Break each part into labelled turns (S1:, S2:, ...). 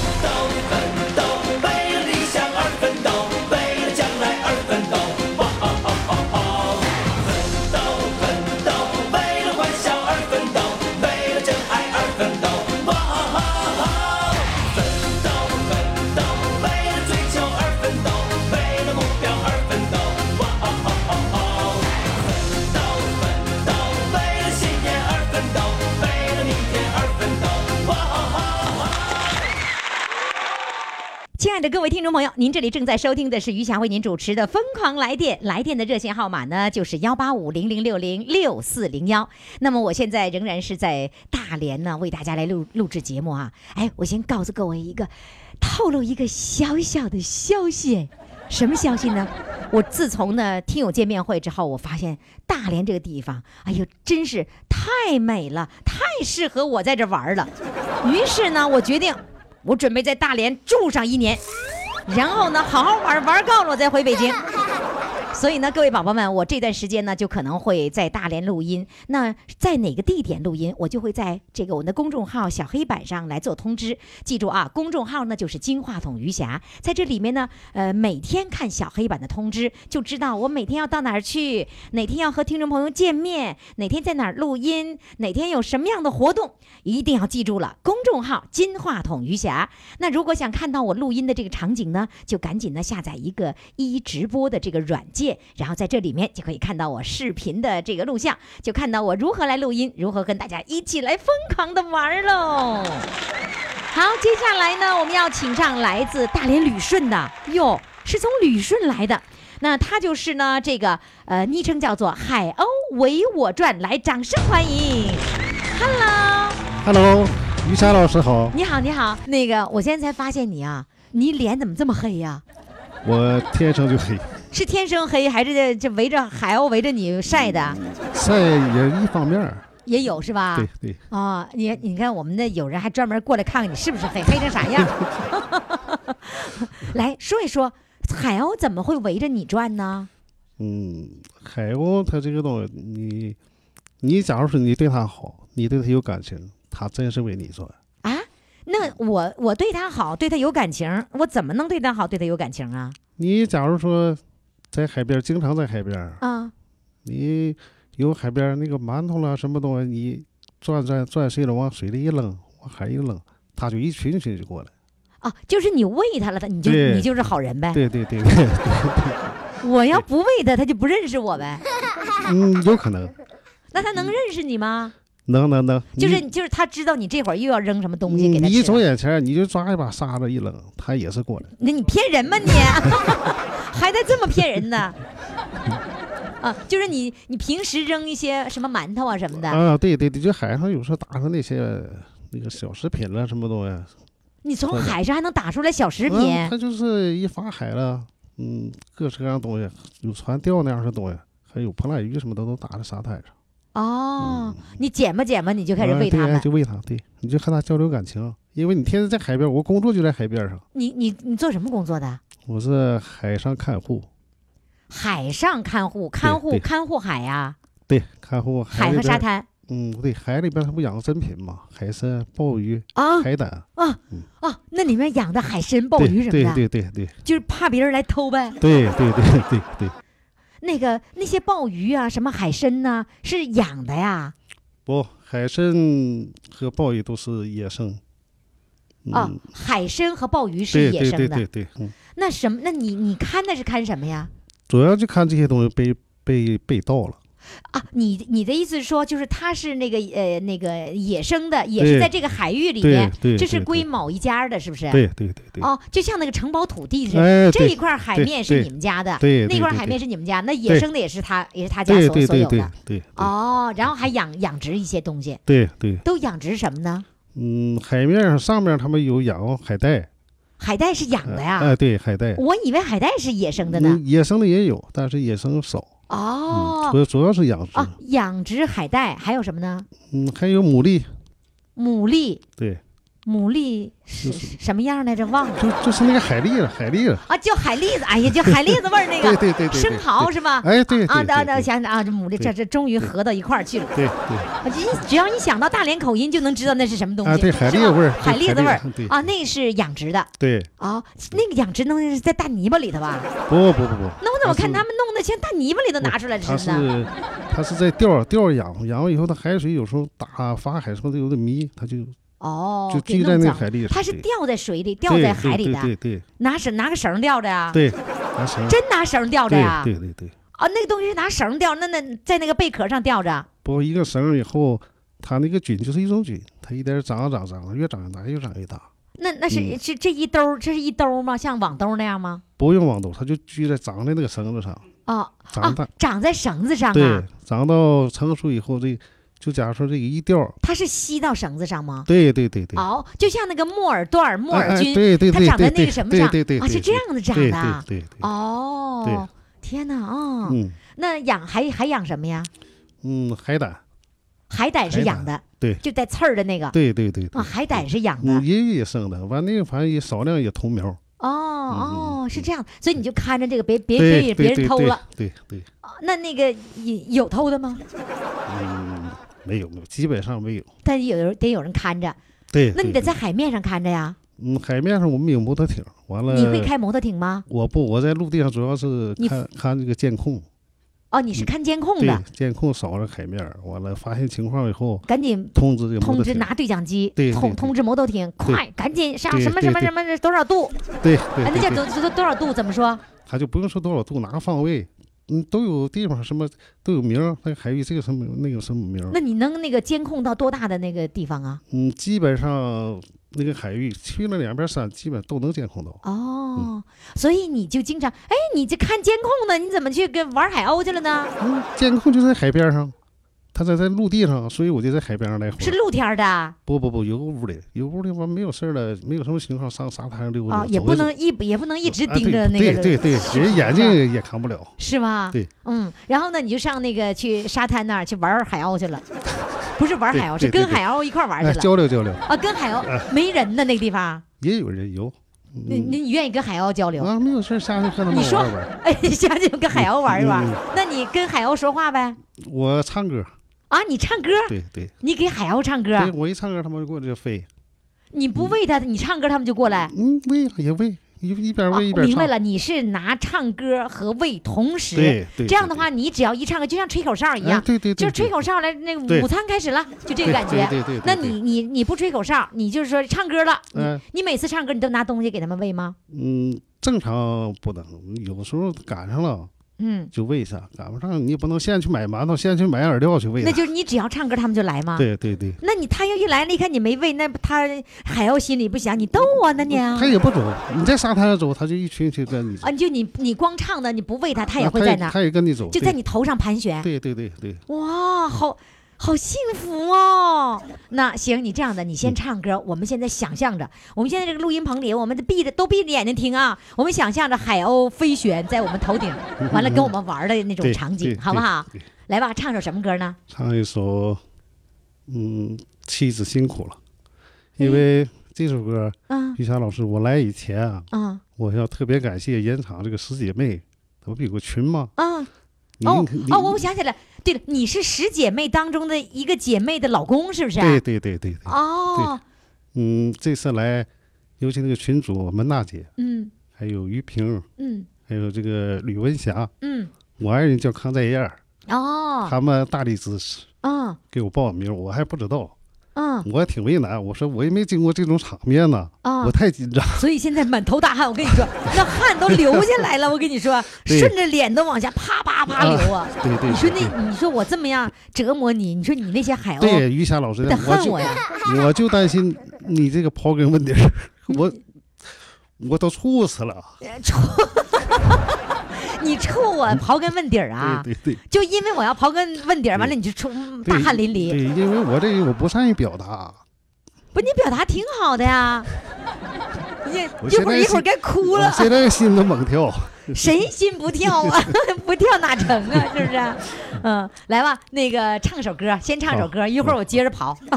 S1: 奋斗，奋斗，为了理想而奋斗，为了将来而奋斗。哇哦哦哦哦！奋斗，奋斗，为了欢笑而奋斗，为了真爱而奋斗。哇哦哦哦！奋斗，奋斗，为了追求而奋斗，为了目标而奋斗。哇哦哦哦哦！奋斗，奋斗，为了信念而奋斗，为了明天而奋斗。哇哦哦哦！
S2: 亲爱的各位听众朋友，您这里正在收听的是余霞为您主持的《疯狂来电》，来电的热线号码呢就是幺八五零零六零六四零幺。那么我现在仍然是在大连呢，为大家来录录制节目啊。哎，我先告诉各位一个，透露一个小小的消息，哎什么消息呢？ 我自从呢听友见面会之后，我发现大连这个地方，哎呦，真是太美了，太适合我在这玩儿了。于是呢，我决定。我准备在大连住上一年，然后呢，好好玩玩够了，我再回北京。所以呢，各位宝宝们，我这段时间呢，就可能会在大连录音。那在哪个地点录音，我就会在这个我们的公众号小黑板上来做通知。记住啊，公众号呢就是金话筒余霞，在这里面呢，呃，每天看小黑板的通知，就知道我每天要到哪儿去，哪天要和听众朋友见面，哪天在哪儿录音，哪天有什么样的活动，一定要记住了。公众号金话筒余霞。那如果想看到我录音的这个场景呢，就赶紧呢下载一个一直播的这个软件，然后在这里面就可以看到我视频的这个录像，就看到我如何来录音，如何跟大家一起来疯狂的玩儿喽。好，接下来呢，我们要请上来自大连旅顺的哟，是从旅顺来的。那他就是呢，这个呃，昵称叫做“海鸥为我转”，来，掌声欢迎！Hello，
S3: Hello，于霞老师好，
S2: 你好，你好。那个，我现在才发现你啊，你脸怎么这么黑呀、
S3: 我天生就黑，
S2: 是天生黑还是这这围着海鸥围着你晒的？
S3: 晒也一方面儿，
S2: 也有是吧？
S3: 对对，
S2: 啊、你你看我们的有人还专门过来看看你是不是黑，黑成啥样。 来说一说，海鸥怎么会围着你转呢？
S3: 嗯，海鸥它这个东西，你你假如说你对它好，你对它有感情，它真是为你做。
S2: 啊，那我我对它好，对它有感情，我怎么能对它好，对它有感情啊？
S3: 你假如说在海边，经常在海边，
S2: 啊，
S3: 你有海边那个馒头啊啦什么东西，你转转转碎了，往水里一扔，往海一扔，它就一群群就过来。
S2: 哦，就是你喂它了，它你就
S3: 对
S2: 你就是好人呗。
S3: 对对对对，
S2: 我要不喂它，它就不认识我呗。
S3: 嗯，有可能，
S2: 那它能认识你吗？
S3: 能能能，
S2: 就是
S3: 你
S2: 就是它知道你这会儿又要扔什么东西给它
S3: 你一
S2: 吃
S3: 走
S2: 了。
S3: 眼前儿，你就抓一把沙子一扔，它也是过来。
S2: 那你骗人吧你， 还在这么骗人呢？啊，就是你你平时扔一些什么馒头啊什么的，
S3: 啊，对对对，就海上有时候打上那些那个小食品了，什么东西，
S2: 你从
S3: 对的
S2: 海上还能打出来小食品，
S3: 嗯它就是一发海了，嗯，各式各样的东西，有船钓那样的东西，还有蓬莱鱼什么的都打在沙滩上，
S2: 哦，你捡吧捡吧，你就开始
S3: 啊
S2: 喂它
S3: 嗯对
S2: 们。
S3: 就喂它，对，你就和它交流感情，因为你天天在海边，我工作就在海边上，
S2: 你你你做什么工作的？
S3: 我是海上看护，
S2: 海上看护，看护
S3: 对
S2: 看护海呀、
S3: 对，看护
S2: 海
S3: 里
S2: 和
S3: 边
S2: 沙，滩
S3: 嗯，对，海里边它不养珍品嘛，海参、鲍鱼、
S2: 啊
S3: 海胆，
S2: 啊
S3: 嗯
S2: 啊！那里面养的海参、鲍
S3: 对
S2: 鱼什么的，
S3: 对对对对
S2: 就是怕别人来偷呗。
S3: 对对对对对，
S2: 那个那些鲍鱼啊，什么海参呐、是养的呀。
S3: 不，海参和鲍鱼都是野生。嗯、
S2: 啊，海参和鲍鱼是
S3: 对
S2: 野
S3: 对
S2: 生
S3: 对
S2: 的
S3: 对。对，嗯，
S2: 那什么？那你你看那是看什么呀？
S3: 主要就看这些东西被被被盗了。
S2: 啊，你你的意思是说，就是它是那个呃那个野生的，也是
S3: 对
S2: 在这个海域里
S3: 对
S2: 面，
S3: 对，
S2: 这是
S3: 对
S2: 归。某一家的，是不是？
S3: 对对对对。
S2: 哦，就像那个城堡土地似的，
S3: 哎，
S2: 这
S3: 对
S2: 一块海
S3: 对
S2: 面是
S3: 对
S2: 你们家的，
S3: 对，
S2: 那块海面是你们家，那野生的也是他也是他家
S3: 对
S2: 所
S3: 对
S2: 所
S3: 对
S2: 有
S3: 对
S2: 的。
S3: 对
S2: 哦，然后还养养殖一些东西，
S3: 对对，
S2: 都养殖什么呢？
S3: 嗯，海面上上面他们有养海带，
S2: 海带是养的呀，
S3: 哎，对，海带，嗯
S2: 我以为海带是野生的呢。
S3: 嗯野生的也有，但是野生少。
S2: 哦，
S3: 主要主要是养殖，
S2: 啊，养殖海带还有什么呢？
S3: 嗯，还有牡蛎，
S2: 牡蛎，
S3: 对，
S2: 牡蛎是是什么样来着？忘了
S3: 就就是那个海蛎了，海蛎了，
S2: 啊，就海蛎子，哎呀，就海蛎子味儿那个，
S3: 对对对对对
S2: 生蚝是吧？
S3: 哎，对对
S2: 啊，
S3: 对
S2: 等等，
S3: 对
S2: 想想啊，这牡蛎，这
S3: 对
S2: 这终于合到一块儿去了。
S3: 对对，
S2: 我一只要你想到大连口音，就能知道那是什么东西。
S3: 啊对海
S2: 是
S3: 蛎
S2: 吧
S3: 味儿对
S2: 海蛎子味
S3: 海蛎
S2: 儿
S3: 对
S2: 啊，那是养殖的
S3: 对，
S2: 啊，那个养殖东西是在大泥巴里头吧？
S3: 不不不不，
S2: 那我怎
S3: 它
S2: 么看
S3: 是
S2: 他们弄的像大泥巴里头拿出来
S3: 它
S2: 吃
S3: 是
S2: 呢？
S3: 它是在钓儿钓儿养，养完以后它海水有时候打发海什么的有点迷，它就
S2: 哦，
S3: 就
S2: 给
S3: 聚在
S2: 弄
S3: 那个
S2: 脏
S3: 海蛎里
S2: 它是
S3: 对
S2: 掉在水里，掉
S3: 对
S2: 在海里
S3: 对
S2: 的，
S3: 对对
S2: 拿绳拿个绳吊着呀、
S3: 对对，拿绳儿，
S2: 真拿绳吊着
S3: 对
S2: 呀、
S3: 对对对，
S2: 哦，那个东西是拿绳吊，那那在那个贝壳上吊着。
S3: 包括一个绳儿以后，它那个菌就是一种菌，它一点儿长啊长长长，越长越大，越长越大，
S2: 那那是、
S3: 嗯
S2: 是这一兜儿，这是一兜儿吗？像网兜儿那样吗？
S3: 不用网兜，它就聚在长在那个绳子上，
S2: 哦
S3: 长大
S2: 啊，长在绳子上
S3: 对
S2: 啊。，
S3: 长到成熟以后，这就假如说这个一钓儿，
S2: 它是吸到绳子上吗？
S3: 对对对对，
S2: 哦，就像那个木耳段儿、木
S3: 哎
S2: 耳
S3: 哎
S2: 菌，
S3: 对对
S2: 它
S3: 对
S2: 长在
S3: 对
S2: 那
S3: 对
S2: 个什么
S3: 对
S2: 上
S3: 对对
S2: 啊？
S3: 对
S2: 是这
S3: 对
S2: 样子长
S3: 对
S2: 的啊。
S3: 对对对，
S2: 哦，天哪啊！
S3: 嗯
S2: 那养还还养什么呀？
S3: 嗯，海胆，
S2: 海胆是
S3: 海
S2: 养
S3: 胆
S2: 的，
S3: 对
S2: 就带刺儿的那个
S3: 对嗯对对对
S2: 啊，，海胆是养的。
S3: 母爷爷也生的，完那个反正也少量也同苗儿，
S2: 哦
S3: 嗯
S2: 哦，是这样，所以你就看着这个，别别别
S3: 对对
S2: 给别
S3: 对
S2: 人
S3: 对
S2: 偷了。
S3: 对对，
S2: 哦那那个有有偷的吗？
S3: 嗯，没有没有，基本上没有，
S2: 但有人得有人看着，
S3: 对，
S2: 那你得
S3: 对
S2: 在海面上看着呀。
S3: 嗯海面上我们有摩托艇，完了
S2: 你会开摩托艇吗？
S3: 我不我在陆地上主要是
S2: 你
S3: 看看这个监控，
S2: 哦，你是看监控
S3: 嗯对
S2: 的，，
S3: 监控扫着海面儿，完了发现情况以后
S2: 赶紧
S3: 通知这个摩
S2: 通
S3: 托
S2: 知
S3: 艇，
S2: 拿对讲机
S3: 对，对
S2: 通
S3: 对
S2: 通知摩托艇，快，赶紧上什么什么什么多少度？
S3: 对
S2: 哎，
S3: 对
S2: 那
S3: 对
S2: 叫
S3: 对，
S2: 多多多少度？怎么说？
S3: 他就不用说多少度，哪个方位，嗯，都有地方什么都有名儿，那个海域这个什么那个什么名儿，
S2: 那你能那个监控到多大的那个地方啊？
S3: 嗯，基本上那个海域去了两边山，基本都能监控到。嗯
S2: 哦，所以你就经常，哎，你这看监控呢，你怎么去跟玩海鸥去了呢？
S3: 嗯，监控就在海边上，他在在陆地上，所以我就在海边上来回
S2: 是
S3: 儿。
S2: 露天儿的啊。
S3: 不不不，有个屋里，有屋里完没有事儿了，没有什么情况，上沙滩上溜达、
S2: 啊，也
S3: 走一
S2: 不
S3: 走
S2: 能一也不能一直
S3: 啊
S2: 盯
S3: 对
S2: 着那个人，
S3: 对对对，人眼睛也看不了。
S2: 是吧？
S3: 对，
S2: 嗯，然后呢，你就上那个去沙滩那儿去玩儿海鸥去 了，不是玩儿海鸥，
S3: 对
S2: 是
S3: 对对
S2: 跟海鸥一块儿玩
S3: 哎，
S2: 儿去了
S3: 交流交流，
S2: 啊，跟海鸥没人的那个地方，
S3: 也有人游。
S2: 你
S3: 嗯
S2: 你你愿意跟海鸥交流？
S3: 啊，没有事儿下去和他们
S2: 你说
S3: 玩玩。
S2: 哎，下去跟海鸥玩一玩
S3: 嗯嗯，
S2: 那你跟海鸥说话呗？
S3: 我唱歌，
S2: 啊，你唱歌，
S3: 对对
S2: 你给海鸥唱
S3: 对，
S2: 歌，啊
S3: 我一唱歌，他们就过来就飞。
S2: 你不喂它，你唱歌它们就过来。
S3: 嗯，喂也喂，一一边
S2: 啊哦
S3: 喂一，边唱。
S2: 明白了，你是拿唱歌和喂同时，
S3: 对对。
S2: 这样的
S3: 对
S2: 话，你只要一唱歌，就像吹口哨一样
S3: 哎，对对对，
S2: 就是
S3: 对
S2: 吹口哨来，那
S3: 对
S2: 个午餐开始了，就这
S3: 对
S2: 个感
S3: 对
S2: 觉。
S3: 对对对
S2: 那
S3: 对
S2: 你你你不吹口哨，你就是说唱歌了，你
S3: 嗯
S2: 你每次唱歌你都拿东西给他们喂吗？
S3: 嗯，正常不能，有时候赶上了
S2: 嗯，
S3: 就喂一下，赶不上你也不能现在去买馒头，现在去买饵料去喂
S2: 那
S3: 它。
S2: 就是你只要唱歌他们就来吗？
S3: 对对对，
S2: 那你他要一来了，一看你没喂，那不他海鸥心里不想你逗我呢你啊
S3: 它也不走，你在沙滩上走，它就一群一群跟你走
S2: 啊，，你就你你光唱的你不喂它，它也
S3: 啊
S2: 会在那儿，
S3: 它也跟你走，
S2: 就在你头上盘旋。
S3: 对对对对对，
S2: 哇，好好幸福哦！那行，你这样的，你
S3: 嗯
S2: 先唱歌。我们现在想象着，我们现在这个录音棚里，我们闭着都闭着眼睛听啊。我们想象着海鸥飞旋在我们 头顶，完了跟我们玩的那种
S3: 对
S2: 场景，
S3: 对
S2: 好不好？
S3: 对对
S2: 来吧，唱首什么歌呢？
S3: 唱一首，嗯，妻子辛苦了，
S2: 哎
S3: 因为这首歌，
S2: 啊
S3: 玉霞老师，我来以前啊，
S2: 啊
S3: 我要特别感谢盐场这个十姐妹，她不有个群吗？
S2: 啊！
S3: 您
S2: 哦
S3: 您
S2: 哦，我想起来，对了，你是十姐妹当中的一个姐妹的老公，是不是？
S3: 对对对对对，
S2: 哦，
S3: 嗯，这次来，尤其那个群主门大姐，
S2: 嗯
S3: 还有于萍，
S2: 嗯
S3: 还有这个吕文霞，
S2: 嗯，
S3: 我爱人叫康在燕儿，
S2: 哦，
S3: 他们大力支持，
S2: 嗯
S3: 给我报名，我还不知道，
S2: 嗯
S3: 我也挺为难，我说我也没经过这种场面呢，
S2: 啊
S3: 我太紧张，
S2: 所以现在满头大汗，我跟你 说，那汗都流下来了。我跟你说，
S3: 对
S2: 顺着脸都往下啪啪啪流啊！
S3: 对对，
S2: 你说
S3: 对
S2: 那，你说我这么样折磨你，你说你那些海鸥
S3: 对于霞老师，
S2: 得
S3: 我
S2: 恨
S3: 就
S2: 我呀？
S3: 我就担心你这个刨根问底儿， 我我都猝死了，
S2: 臭，你臭我刨根问底儿啊！
S3: 对对对。
S2: 就因为我要刨根问底儿，完了你就出嗯 大
S3: 对
S2: 汗淋漓。
S3: 对，因为我这个我不善于表达，
S4: 啊
S2: 不，你表达挺 好的呀。你
S3: 我
S2: 一
S3: 现
S2: 会儿
S3: 在
S2: 一会儿
S3: 是
S2: 该哭
S3: 我
S2: 了。
S3: 现在心都猛跳。
S2: 谁心不跳啊？ 不跳哪成 啊？是不是啊？嗯，来吧，那个唱首歌，先唱首
S4: 嗯
S2: 歌，一会儿我接着跑。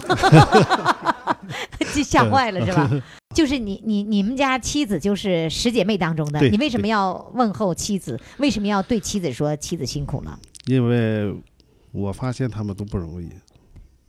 S2: 就吓坏了是吧？
S4: 嗯
S2: 就是你你你们家妻子就是十姐妹当中的，
S4: 对
S2: 你为什么
S4: 对
S2: 要问候妻子？为什么要对妻子说妻子辛苦了？
S4: 因为我发现他们都不容易。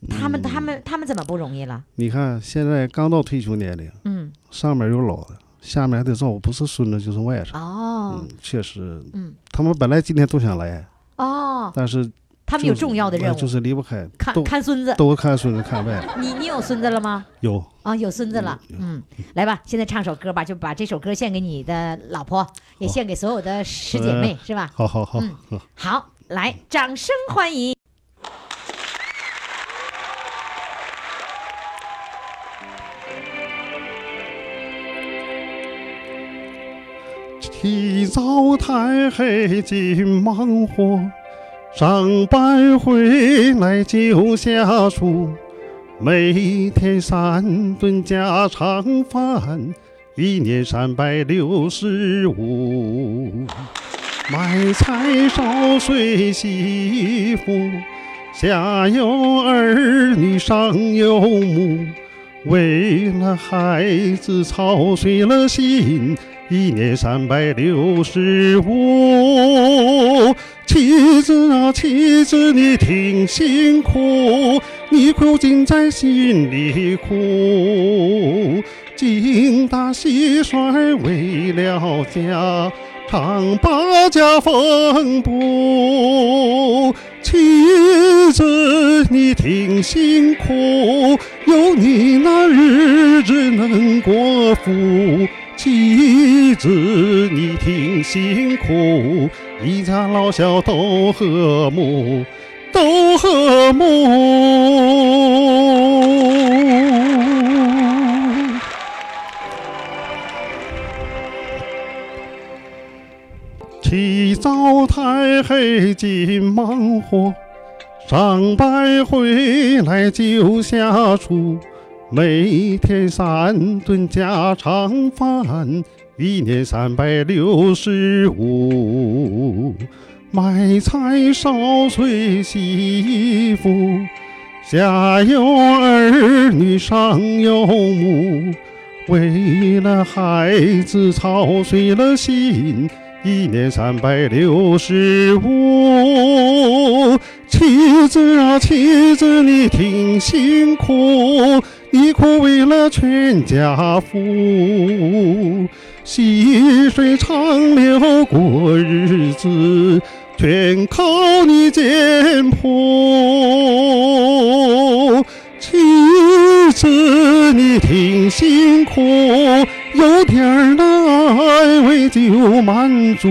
S4: 嗯
S2: 他们他们他们怎么不容易了？
S4: 你看，现在刚到退休年龄，
S2: 嗯，
S4: 上面有老的，下面还得照顾，不是孙子就是外甥。
S2: 哦
S4: 嗯，确实，
S2: 嗯，
S4: 他们本来今天都想来，
S2: 哦，
S4: 但是
S2: 他们
S4: 就
S2: 有
S4: 是
S2: 重要的
S4: 哎
S2: 任
S4: 就
S2: 务，
S4: 是离不开，
S2: 看
S4: 都
S2: 看孙子。
S4: 都看孙子看外甥。
S2: 你你有孙子了吗？
S4: 有，
S2: 啊、有孙子了，嗯，来吧，现在唱首歌吧，就把这首歌献给你的老婆，也
S4: 好
S2: 献给所有的师姐妹，是吧？
S4: 好好好，
S2: 嗯
S4: 好
S2: 好，来，掌声欢迎。
S4: 起早贪黑尽忙活，上班回来就下厨，每天三顿家常饭，一年三百六十五。买菜烧水洗衣服，下有儿女上有母，为了孩子操碎了心。一年三百六十五。妻子啊，妻子，你挺辛苦，你苦尽在心里苦，精打细算为了家，常把家缝补。妻子，你挺辛苦，有你那日子能过富。妻子，你挺辛苦，一家老小都和睦，都和睦。起早贪黑尽忙活，上班回来就下厨。每天三顿家常饭，一年三百六十五。买菜、烧水、洗衣服，下有儿女，上有母。为了孩子操碎了心，一年三百六十五。妻子啊，妻子，你挺辛苦，你苦为了全家福，细水长流过日子，全靠你简朴。妻子，你挺辛苦，有点儿的爱为就满足。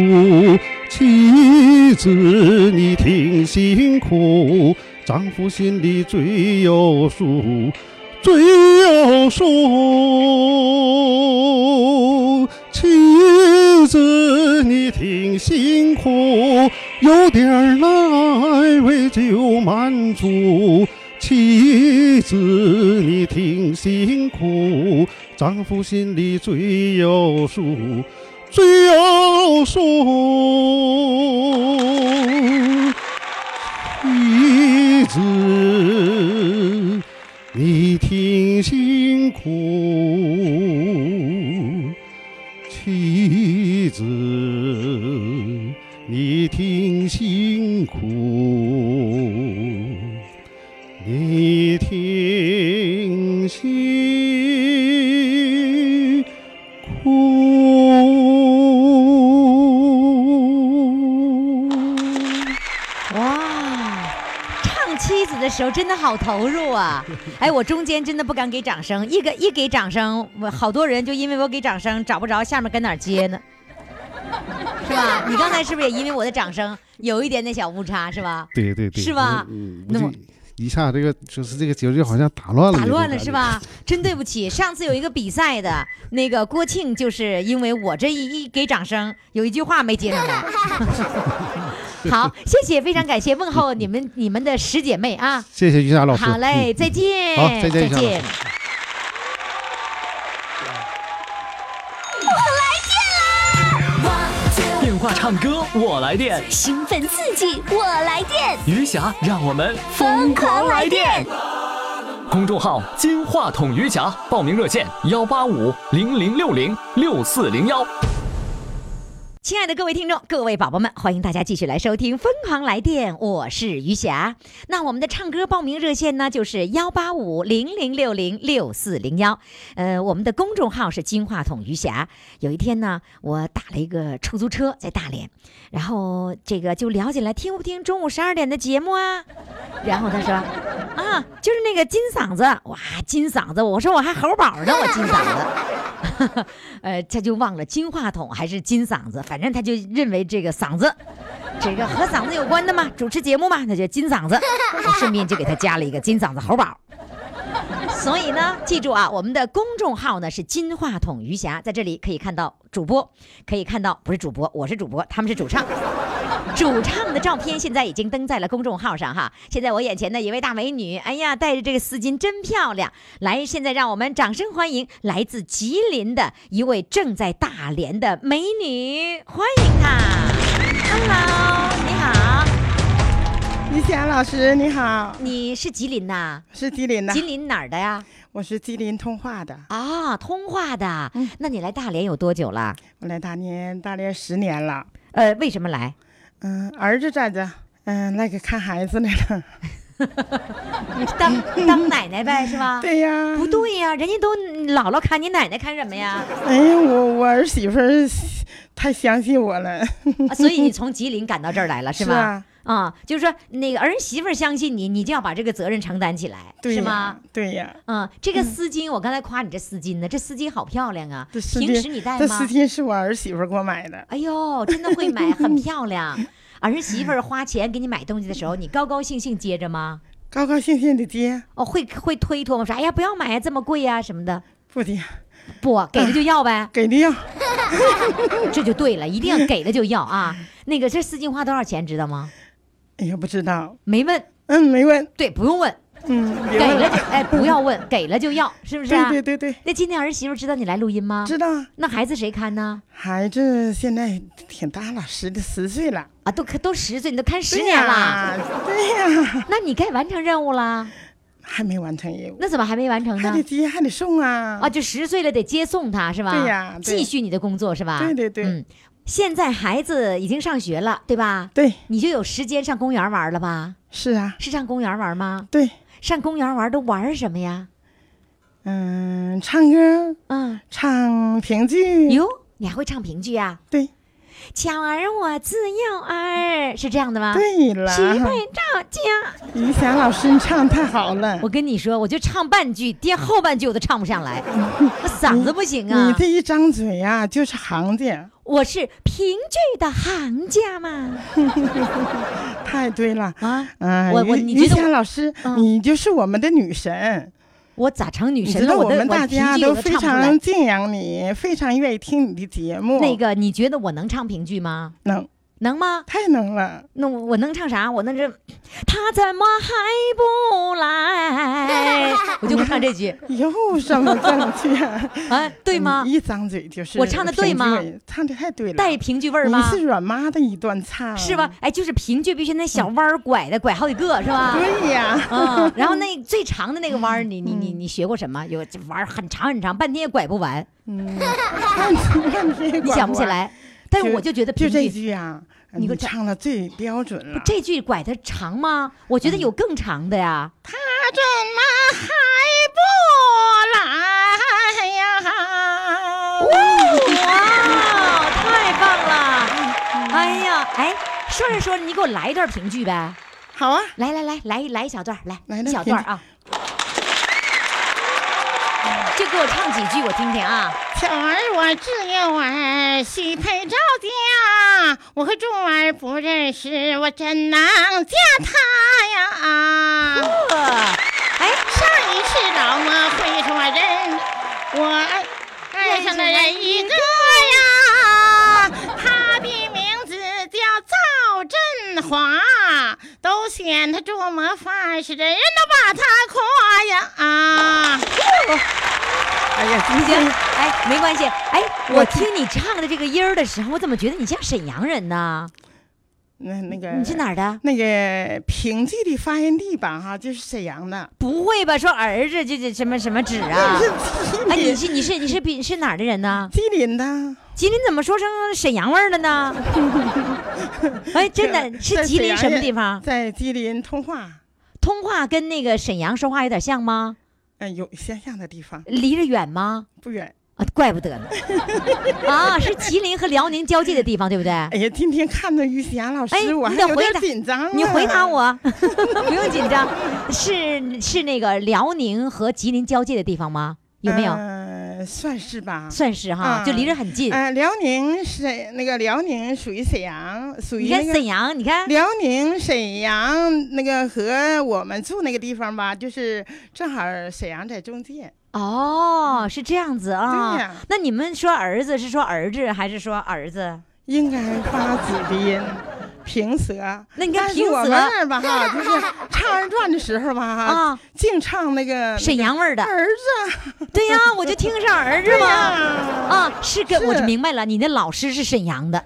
S4: 妻子，你挺辛苦，丈夫心里最有数，最有数。妻子，你挺辛苦，有点儿的爱为就满足。妻子，你挺辛苦，丈夫心里最有数，最有数。妻子，你挺辛苦，妻子，你挺辛苦。你挺辛苦。
S2: 哇，唱妻子的时候真的好投入 啊！哎，我中间真的不敢给掌声，一给一给掌声，我好多人就因为我给掌声找不着下面跟哪儿接呢，是吧？你刚才是不是也因为我的掌声有一点点小误差，是吧？
S4: 对对对，
S2: 是吧
S4: 嗯，
S2: 那
S4: 那
S2: 么
S4: 么一下这个就是这个节奏好像打乱了，
S2: 打乱了是？吧？真对不起，上次有一个比赛的那个郭庆，就是因为我这一一给掌声，有一句话没接上 来。好，谢谢，非常感谢问候你们你们的十姐妹啊。
S4: 谢谢于霞老师，嗯
S2: 好嘞，再见，
S4: 好再见于霞老师
S5: 电
S6: 话唱歌我来电，
S5: 兴奋刺激，我来电！
S6: 余霞让我们
S5: 疯狂来电！
S6: 公众号“金话筒余霞”，报名热线：幺八五零零六零六四零幺。
S2: 亲爱的各位听众，各位宝宝们，欢迎大家继续来收听《疯狂来电》，我是余霞。那我们的唱歌报名热线呢，就是幺八五零零六零六四零幺。呃，我们的公众号是金话筒余霞。有一天呢，我打了一个出租车在大连，然后这个就聊起来听不听中午十二点的节目啊。 然后他说，啊，就是那个金嗓子，哇，金嗓子！我说我还猴宝呢，我金嗓子。 呃，他就忘了金话筒还是金嗓子，反正他就认为这个嗓子，这个和嗓子有关的嘛，主持节目嘛，他就金嗓子。我顺便就给他加了一个金嗓子猴宝。所以呢，记住啊，我们的公众号呢是金话筒余霞，在这里可以看到主播，可以看到不是主播，我是主播，他们是主唱。主唱的照片现在已经登在了公众号上哈。现在我眼前的一位大美女，哎呀，戴着这个丝巾真漂亮。来，现在让我们掌声欢迎来自吉林的一位正在大连的美女，欢迎她。Hello，你好，
S7: 李显老师你好，
S2: 你是吉林呐？
S7: 是吉林的
S2: 吉，林哪儿的呀？
S7: 我是吉林通化的，
S2: 啊，通化的。那你来大连有多久了？
S7: 我来大连大连十年了。
S2: 呃，为什么来？
S7: 嗯，儿子在这，嗯，来给看孩子来了。
S2: 当当奶奶呗，是 吧？
S7: 对呀，
S2: 啊不对呀，人家都姥姥看你奶奶看什么呀？
S7: 哎呀，我我儿媳妇儿太相信我了，
S2: 啊所 以你从吉林赶到这儿来了，是
S7: 是
S2: 吧？
S7: 啊
S2: 啊，就是说那个儿媳妇儿相信你，你就要把这个责任承担起来，
S7: 对
S2: 是
S7: 呀
S2: 吗？？
S7: 对呀，
S2: 嗯，这个丝巾，我刚才夸你这丝巾呢，这丝巾好漂亮啊！
S7: 这丝
S2: 平时你
S7: 巾
S2: 戴
S7: 这丝
S2: 吗？
S7: 巾是我儿媳妇儿给我买的，
S2: 哎呦，真的会买， 很漂亮。儿媳妇儿花钱给你买东西的时候，你高高兴兴接着吗？
S7: 高高兴兴的接，
S2: 哦，会会推脱吗？说哎呀，不要买呀，这么贵呀、什么的。
S7: 不接
S2: 不给了就 要呗，
S7: 给力啊！
S2: 这就对了，一定要给了就要啊。那个这丝巾花多少钱，知道吗？
S7: 哎呀，不知道，
S2: 没问，
S7: 嗯，没问，
S2: 对，不用问，
S7: 嗯，
S2: 给
S7: 别问
S2: 了就哎，不 要问，给了就要，是不是、啊？
S7: 对对对对，
S2: 那今天儿媳妇知道你来录音吗？
S7: 知道啊。
S2: 那孩子谁看呢？
S7: 孩子现在挺大了，十十岁了，
S2: 啊，都看都十岁，你都看十
S7: 对
S2: 年了，
S7: 呀，对呀，
S2: 那你该完成任务了。
S7: 还没完成任务，
S2: 那怎么还没完成
S7: 还
S2: 呢
S7: 得？接还得送啊。
S2: 啊，就十岁了，得接送他是吧？
S7: 对呀对
S2: 继续你的工作是吧？
S7: 对对对
S2: 嗯，现在孩子已经上学了，对吧？
S7: 对，
S2: 你就有时间上公园玩了吧？
S7: 是啊，
S2: 是上公园玩吗？
S7: 对，
S2: 上公园玩都玩什么呀？
S7: 嗯，唱歌，
S2: 嗯，
S7: 唱评剧，
S2: 哟，你还会唱评剧啊？
S7: 对
S2: 巧儿我自幼儿是这样的吗？，
S7: 对了，
S2: 徐慧照家。
S7: 于霞老师你唱得太好了
S2: 我，跟你说，我就唱半句，爹后半句我都唱不上来，那嗓子不行
S7: 你
S2: 啊。
S7: 这一张嘴呀、就是行家，
S2: 我是评剧的行家嘛。
S7: 太对了。
S2: 啊，
S7: 嗯，
S2: 我我
S7: 于
S2: 你
S7: 于
S2: 觉得
S7: 霞
S2: 我
S7: 老师，
S2: 嗯
S7: 你就是我们的女神，
S2: 我咋成女
S7: 你
S2: 神
S7: 知
S2: 了？
S7: 道
S2: 我的
S7: 们大
S2: 我评
S7: 家
S2: 剧
S7: 都
S2: 我都
S7: 非
S2: 唱不出来
S7: 常。敬仰你，非常愿意听你的节目。
S2: 那个，你觉得我能唱评剧吗？
S7: 能
S2: 能吗？
S7: 太能了，
S2: 那我我能唱啥？我那这，他怎么还不来？我就会唱这句
S7: 又上了上去啊，
S2: 啊， 对吗
S8: 嗯
S7: 你？一张嘴就是
S2: 我唱得对吗
S7: 评剧？唱的太对了，
S2: 带评剧味儿吗
S7: 你？是阮妈的一段
S8: 啊
S7: 唱，
S2: 是吧？？哎，就是评剧必须那小弯儿拐的，拐好几个是吧？
S7: 对呀、
S2: 嗯，然后那最长的那个弯儿，你你你
S7: 嗯
S2: 你学过什么？有这玩儿很长很长，半天也拐不完，
S8: 嗯
S7: 你
S2: 你想不起？来。但是
S7: 就
S2: 我就觉得
S7: 就
S2: 评
S7: 这
S2: 剧
S7: 句啊，
S2: 你
S8: 嗯
S7: 你
S2: 给我唱
S7: 唱的最标准了。
S2: 这句拐的长吗？我觉得有更长的呀。
S7: 他怎么还不来呀？
S2: 哇，太棒了！哎呀，哎，说着说着，你给我来一段评剧呗。
S7: 好啊，
S2: 来来来来来一小段儿，来
S7: 来
S2: 一
S7: 来
S2: 小
S7: 评
S2: 段儿啊。就给我唱几句，我听听啊。
S7: 巧儿我自幼儿许配赵家，我和柱儿不认识，我怎能嫁他呀？
S2: 呃哎，
S7: 上一次老么会说人，我爱爱上的人一个呀，他的名字叫赵振华，都嫌他做模范，是人人都把他夸呀啊！
S8: 哎呀，
S2: 行，哎，没关系，哎，我听你唱的这个音儿的时候，我怎么觉得你像沈阳人呢？
S8: 那那个
S2: 你是哪儿的？
S8: 那个平地的发源地吧，哈，就是沈阳的。
S2: 不会吧？说儿子这这什么什么纸 啊？哎，你是你是你是比是哪儿的人呢？
S8: 吉林的，
S2: 吉林怎么说成呃沈阳味儿了 呢？哎，真的
S8: 啊在
S2: 是吉
S8: 沈
S2: 林
S8: 阳
S2: 什么
S8: 也
S2: 地方？
S8: 在吉林通化，
S2: 通话跟那个沈阳说话有点像吗？
S8: 嗯，有相像的地方
S2: 离着远吗？
S8: 不远。
S2: 啊，怪不得 呢。啊，是吉林和辽宁交界的地方，对不对？
S8: 哎呀，今天看着于霞老
S2: 哎，
S8: 师，我还
S2: 你得
S8: 有
S2: 回
S8: 点
S2: 答
S8: 紧张。啊
S2: 你回答， 我，不用紧张。是是那个辽宁和吉林交界的地方吗？有没有？
S8: 呃，算是吧。
S2: 算是哈，
S8: 啊
S2: 就离着很近。
S8: 呃，辽宁沈那个辽宁属于沈阳，属于
S2: 你
S8: 那
S2: 看
S8: 个
S2: 沈阳，你看
S8: 辽宁沈阳那个和我们住那个地方吧，就是正好沈阳在中间。
S2: 哦，是这样子啊。
S8: 对呀
S2: 那你们说儿子是说儿子还是说儿子？
S8: 应该八子的音，平舌。
S2: 那你看
S8: 但是
S2: 平舌
S8: 我们那儿吧哈，就是唱二人转的时候吧哈
S2: 啊，
S8: 净唱那个
S2: 沈阳味儿的。
S8: 儿子，
S2: 对呀、我就听上儿子
S8: 对
S2: 嘛。
S8: 呀，
S2: 啊，是跟我就是明白了，你的老师是沈 阳的，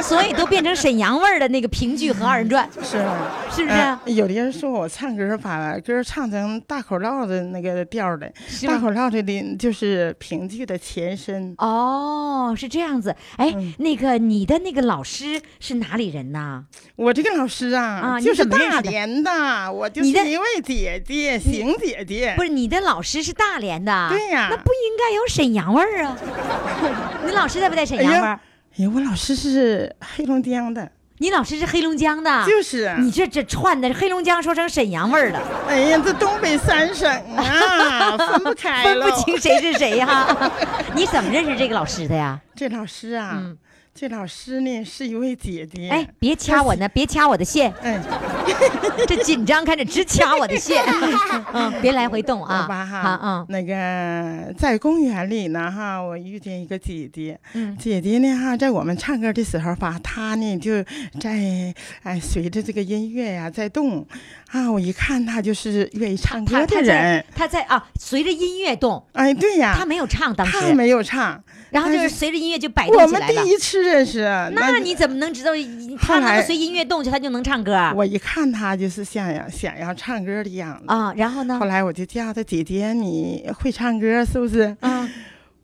S2: 所以都变成沈阳味儿的那个评剧和二人转，
S8: 是吧？
S2: 是不啊是？
S8: 呃有的人说我唱歌把歌唱成大口唠的那个调儿的，
S2: 吗
S8: 大口唠的的就是评剧的前身。
S2: 哦，是这样子。哎，
S8: 嗯
S2: 那个你的那个老师是哪里人呐？
S8: 我这个老师啊，
S2: 啊你
S8: 就是
S2: 怎么认识
S8: 大
S2: 的
S8: 连的，我就是
S2: 你的
S8: 一位姐姐，邢姐姐。
S2: 不是，你的老师是大连的。
S8: 对呀
S2: 那不应该有沈阳味儿啊。 你老师在不在沈阳味
S8: 哎
S2: 儿
S8: 呀？哎呀，我老师是黑龙江的，
S2: 你老师是黑龙江的。
S8: 就是。
S2: 啊
S8: 啊
S2: 你这这串的黑龙江说成沈阳味儿 了，
S8: 哎呀，这东北三省啊， 分不开
S2: 分
S8: 了。
S2: 不清谁是谁哈。 你怎么认识这个老师的呀？
S8: 这老师啊，
S2: 嗯
S8: 这老师呢是一位姐姐。
S2: 哎，别掐我呢，别掐我的线。
S8: 哎，
S2: 这紧张开始直掐我的线， 嗯，别来回动啊，
S8: 好吧哈，
S2: 啊嗯，
S8: 那个在公园里呢哈，我遇见一个姐姐，
S2: 嗯
S8: 姐姐呢哈，在我们唱歌的时候吧，她呢就在哎随着这个音乐呀、在动，啊，我一看她就是愿意唱歌的
S2: 他他在
S8: 人，
S2: 他在啊，随着音乐动，
S8: 哎，对呀，
S2: 他没有唱当
S8: 她
S2: 时，
S8: 没有唱，
S2: 然后就是
S8: 但是
S2: 随着音乐就摆
S8: 我
S2: 动起
S8: 们
S2: 来了
S8: 第。一次认识，
S2: 那
S8: 就
S2: 你怎么能知道他能够随音乐动，就他就能唱歌啊？
S8: 我一看她就是想要想要唱歌的样子。
S2: 啊，然后呢
S8: 后？来我就叫她姐姐，你会唱歌是不是？
S2: 嗯，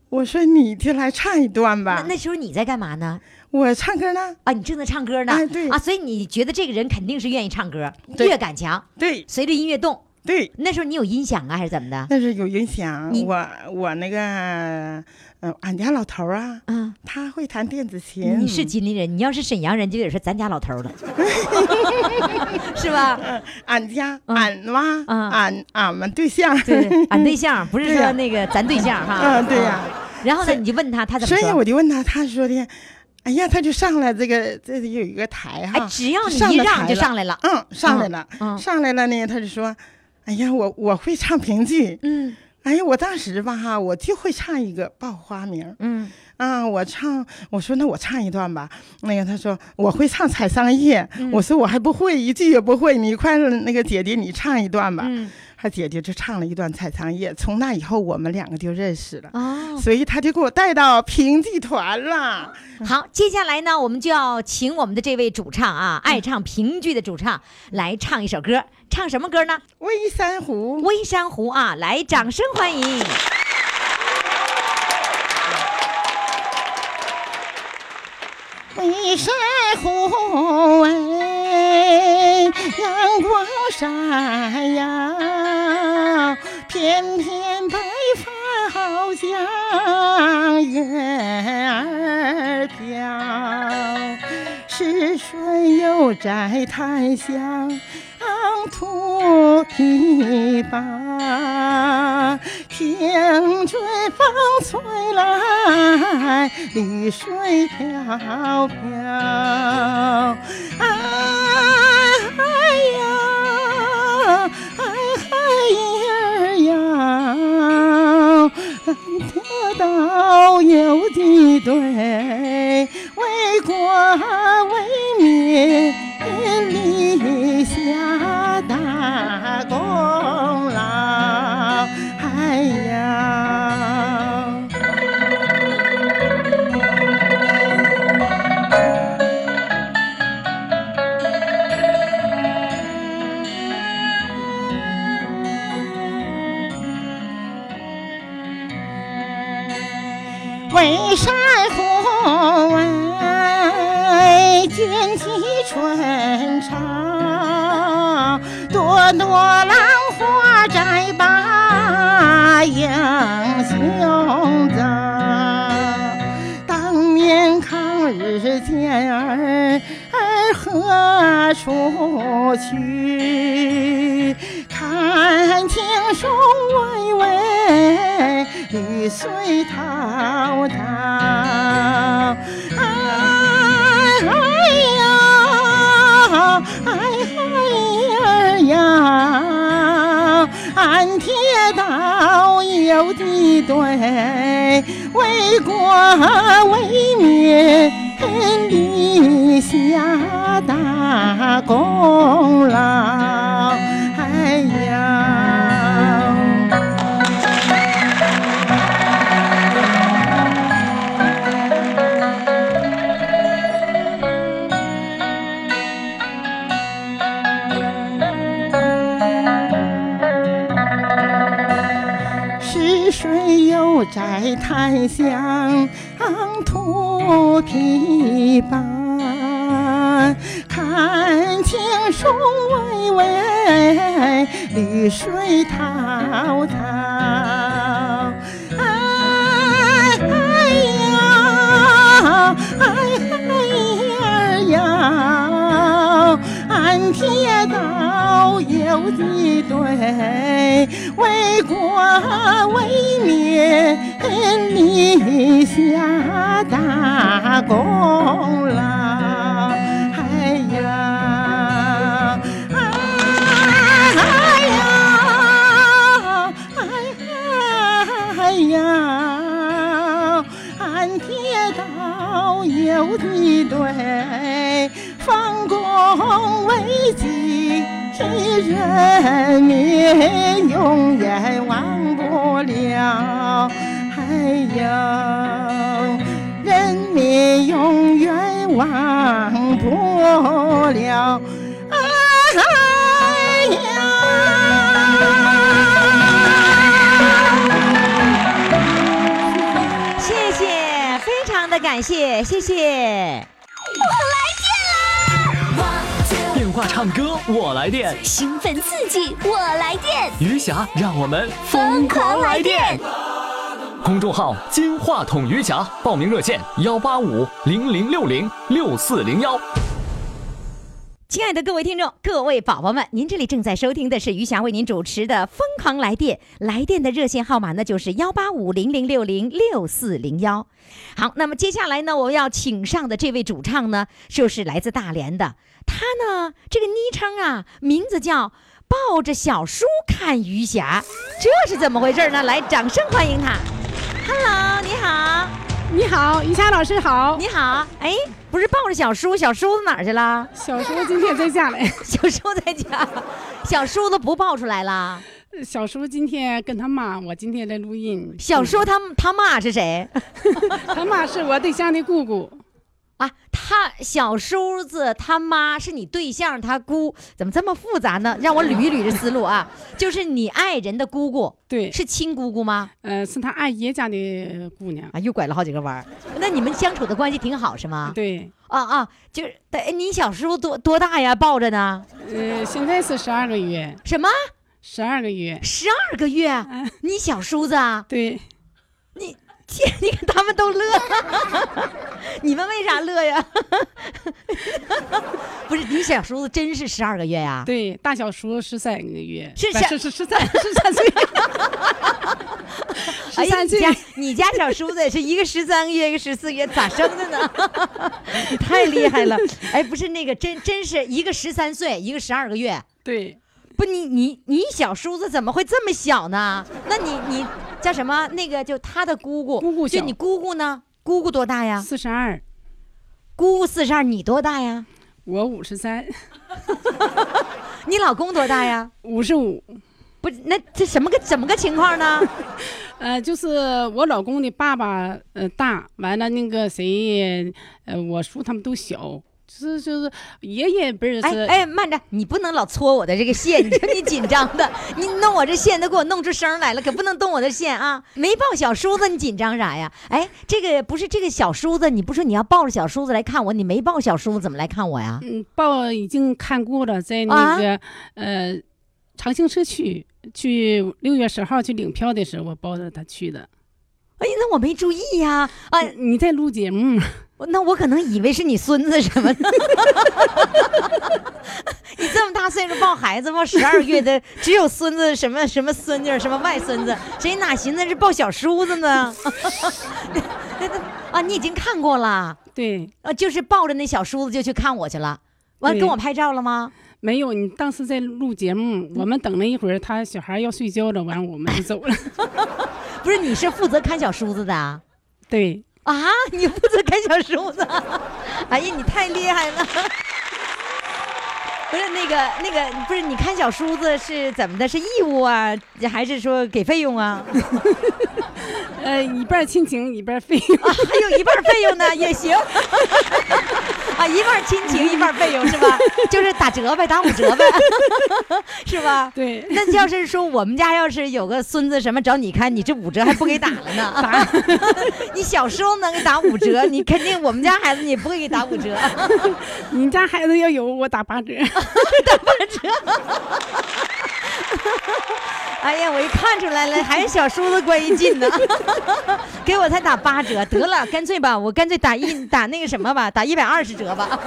S8: 我说你就来唱一段
S2: 那
S8: 吧。
S2: 那时候你在干嘛呢？
S8: 我唱歌呢，
S2: 啊，你正在唱歌呢
S8: 哎对，
S2: 啊，所以你觉得这个人肯定是愿意唱歌，
S8: 对
S2: 乐感强，
S8: 对
S2: 随着音乐动。
S8: 对，
S2: 那时候你有音响啊，还是怎么的？
S8: 但是有影响
S2: 你。
S8: 我我那个，呃，俺家老头儿啊，
S2: 啊，
S8: 他会弹电子琴。
S2: 你是吉林人，你要是沈阳人，就得说咱家老头 儿了，是吧？
S8: 俺家
S2: 嗯
S8: 俺妈
S2: 嗯
S8: 俺俺们对象。
S2: 对，俺对象不是
S8: 对呀
S2: 说那个咱对象 哈。
S8: 啊对呀
S2: 啊。然后呢，
S8: 所以
S2: 你就问他，他怎么
S8: 所以
S2: 说？
S8: 我就问他，他说的，哎呀，他就上来这个，这里有一个台哈，
S2: 哎，只要你
S8: 啊上
S2: 一
S8: 了
S2: 让
S8: 台
S2: 就
S8: 了
S2: 上来了。
S8: 嗯，上来了，
S2: 哎嗯嗯
S8: 上来了呢，他就说，哎呀，我我会唱评剧，
S2: 嗯
S8: 哎呀，我当时吧哈，我就会唱一个报花名
S2: 嗯
S8: 啊，我唱，我说那我唱一段吧，那个他说我会唱采桑叶，
S2: 嗯
S8: 我说我还不会，一句也不会，你快那个姐姐你唱一段吧，
S2: 嗯
S8: 他姐姐就唱了一段采桑叶，从那以后我们两个就认识了。
S2: 哦，
S8: 所以他就给我带到评剧团了。
S2: 好，接下来呢，我们就要请我们的这位主唱啊，爱唱评剧的主唱来唱一首歌，唱什么歌呢？
S8: 微山
S2: 《
S8: 湖，
S2: 微山湖》啊，来，掌声欢迎。
S8: 微山湖哎，阳光闪耀，片片白发向月儿飘。是水又摘檀香，土一把，听春风吹来，绿水飘飘。哎呀，哎嗨呀呀，得到有几对，为国为民立下大功劳。哎呀。
S7: 山红哎，卷起春潮，朵朵浪花摘把英雄走。当年抗日健儿哎儿何处去？看庭树巍巍，绿水滔滔。哎呀，哎哎呀，俺铁道游击队，为国为民立下大功劳。哎呀！是谁又摘檀香吐琵琶？看青松巍巍，绿水滔啊滔。哎哎呀，哎哎呀，俺铁道游击队，为国为民立下大功劳。哎呀，哎呀，哎呀，俺铁道游击队，奉公为己，人民永远忘不了。哎呀，人民永远忘不了。哎呀！
S2: 谢谢，非常的感谢，谢谢。
S6: 电话唱歌我来电，
S5: 兴奋刺激，我来电，
S6: 余霞让我们
S5: 疯狂来电！
S6: 公众号“金话筒余霞”，报名热线：幺八五零零六零六四零幺。
S2: 亲爱的各位听众，各位宝宝们，您这里正在收听的是余霞为您主持的《疯狂来电》，来电的热线号码呢就是幺八五零零六零六四零幺。好，那么接下来呢，我要请上的这位主唱呢，就是来自大连的，他呢这个昵称啊，名字叫抱着小书看余霞，这是怎么回事呢？来，掌声欢迎他。Hello，你好，
S9: 你好，于霞老师好。
S2: 你好，哎，不是抱着小叔，小叔子哪儿去了？
S9: 小叔今天在家嘞，
S2: 小叔在家，小叔子不抱出来啦。
S9: 小叔今天跟他妈，我今天来录音。嗯
S2: 小叔他他妈是谁
S9: 他妈是我对象的姑姑，
S2: 啊？他小叔子他妈是你对象他姑，怎么这么复杂呢？让我捋一捋这思路 啊，就是你爱人的姑姑
S9: 对，
S2: 是亲姑姑吗？
S9: 呃，是他二爷家的姑娘。
S2: 啊，又拐了好几个弯儿。那你们相处的关系挺好是吗？
S9: 对，
S2: 啊啊，就是，哎你小叔多多大呀？抱着呢？
S9: 呃，现在是十二个月，
S2: 什么？
S9: 十二个月。
S2: 十二个月？你小叔子啊？
S9: 对，
S2: 天，你看他们都乐， 你们为啥乐呀？ 不是你小叔子真是十二个月呀、
S9: 对，大小叔十三个月，
S2: 是
S9: 不
S2: 小
S9: 是是十三十三 岁，十
S2: 哎呀，
S9: 三
S2: 你
S9: 岁。
S2: 家你家小叔子也是一个十三个月，一个十四个月，咋生的呢？ 你太厉害了！哎，不是那个，真真是一个十三岁，一个十二个月。
S9: 对，
S2: 不，你你你小叔子怎么会这么小呢？那你你叫什么？那个就他的姑姑，
S9: 姑姑
S2: 就
S9: 小
S2: 你姑姑呢？姑姑多大呀？
S9: 四十二，
S2: 姑姑四十二，你多大呀？
S9: 我五十三，
S2: 你老公多大呀？
S9: 五十五。
S2: 不是，那这什么个怎么个情况呢？
S9: 呃，就是我老公的爸爸，呃，大，完了那个谁，呃，我叔他们都小，就是就是爷爷不是
S2: 哎
S9: 是
S2: 哎，慢着，你不能老搓我的这个线，你说你紧张的，你弄我这线都给我弄出声儿来了，可不能动我的线啊！没抱小叔子，你紧张啥呀？哎，这个不是这个小叔子，你不说你要抱着小叔子来看我，你没抱小叔子怎么来看我呀？
S9: 嗯，报已经看过了，在
S2: 啊
S9: 那个、呃长兴社区去六月十号去领票的时候，我抱着他去的。
S2: 哎，那我没注意呀、啊，
S9: 你在录节目，
S2: 我那我可能以为是你孙子什么的。 你这么大岁数抱孩子，抱十二月的，只有孙子什么什么孙女儿什么外孙子，谁哪寻思是抱小叔子呢？ 啊，你已经看过了，
S9: 对，
S2: 呃，就是抱着那小叔子就去看我去了，完
S9: 对
S2: 跟我拍照了吗？
S9: 没有，你当时在录节目，我们等了一会儿，他小孩要睡觉了，完我们就走了。
S2: 不是，你是负责看小叔子的啊？
S9: 对，
S2: 啊，你负责看小叔子？ 哎呀，你太厉害了！ 不是那个那个，不是你看小叔子是怎么的？是义务啊，还是说给费用啊？
S9: 呃，一半亲情，一半费用。
S2: 啊，还有一半儿费用呢， 也行。啊，一半儿亲情，一半儿费用是吧？ 就是打折呗，打五折呗， 是吧？
S9: 对，
S2: 那要是说我们家要是有个孙子什么找你看，你这五折还不给打了呢？ 你小时候能给打五折，你肯定我们家孩子你不会给打五折。
S9: 你家孩子要有我打八折。
S2: 哎呀，我一看出来了，还是小叔子关系近呢， 给我才打八折，得了，干脆吧，我干脆打一打那个什么吧，打一百二十折吧。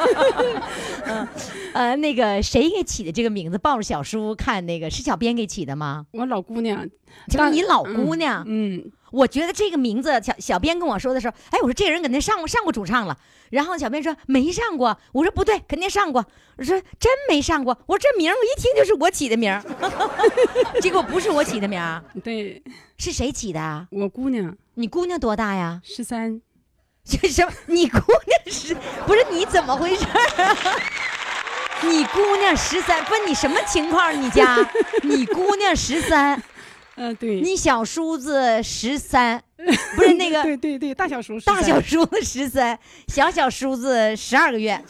S2: 嗯，呃，那个谁给起的这个名字？抱着小叔看那个是小编给起的吗？
S9: 我老姑娘，
S2: 就是
S9: 但
S2: 你老姑娘，
S9: 嗯，
S2: 我觉得这个名字，小小编跟我说的时候，哎，我说这个人肯定上过上过主唱了。然后小编说没上过，我说不对，肯定上过。我说真没上过，我说这名儿我一听就是我起的名儿， 结果不是我起的名儿，啊
S9: 对
S2: 是谁起的啊？
S9: 我姑娘
S2: 你姑娘多大呀？
S9: 十三，
S2: 这什么？你姑娘是不是你怎么回事儿 啊？你姑娘十三，不是你什么情况？你家你姑娘十三，
S9: 嗯、对，
S2: 你小叔子十三，不是那个
S9: 对对对，大小叔，
S2: 大小叔子十三，小小叔子十二个月，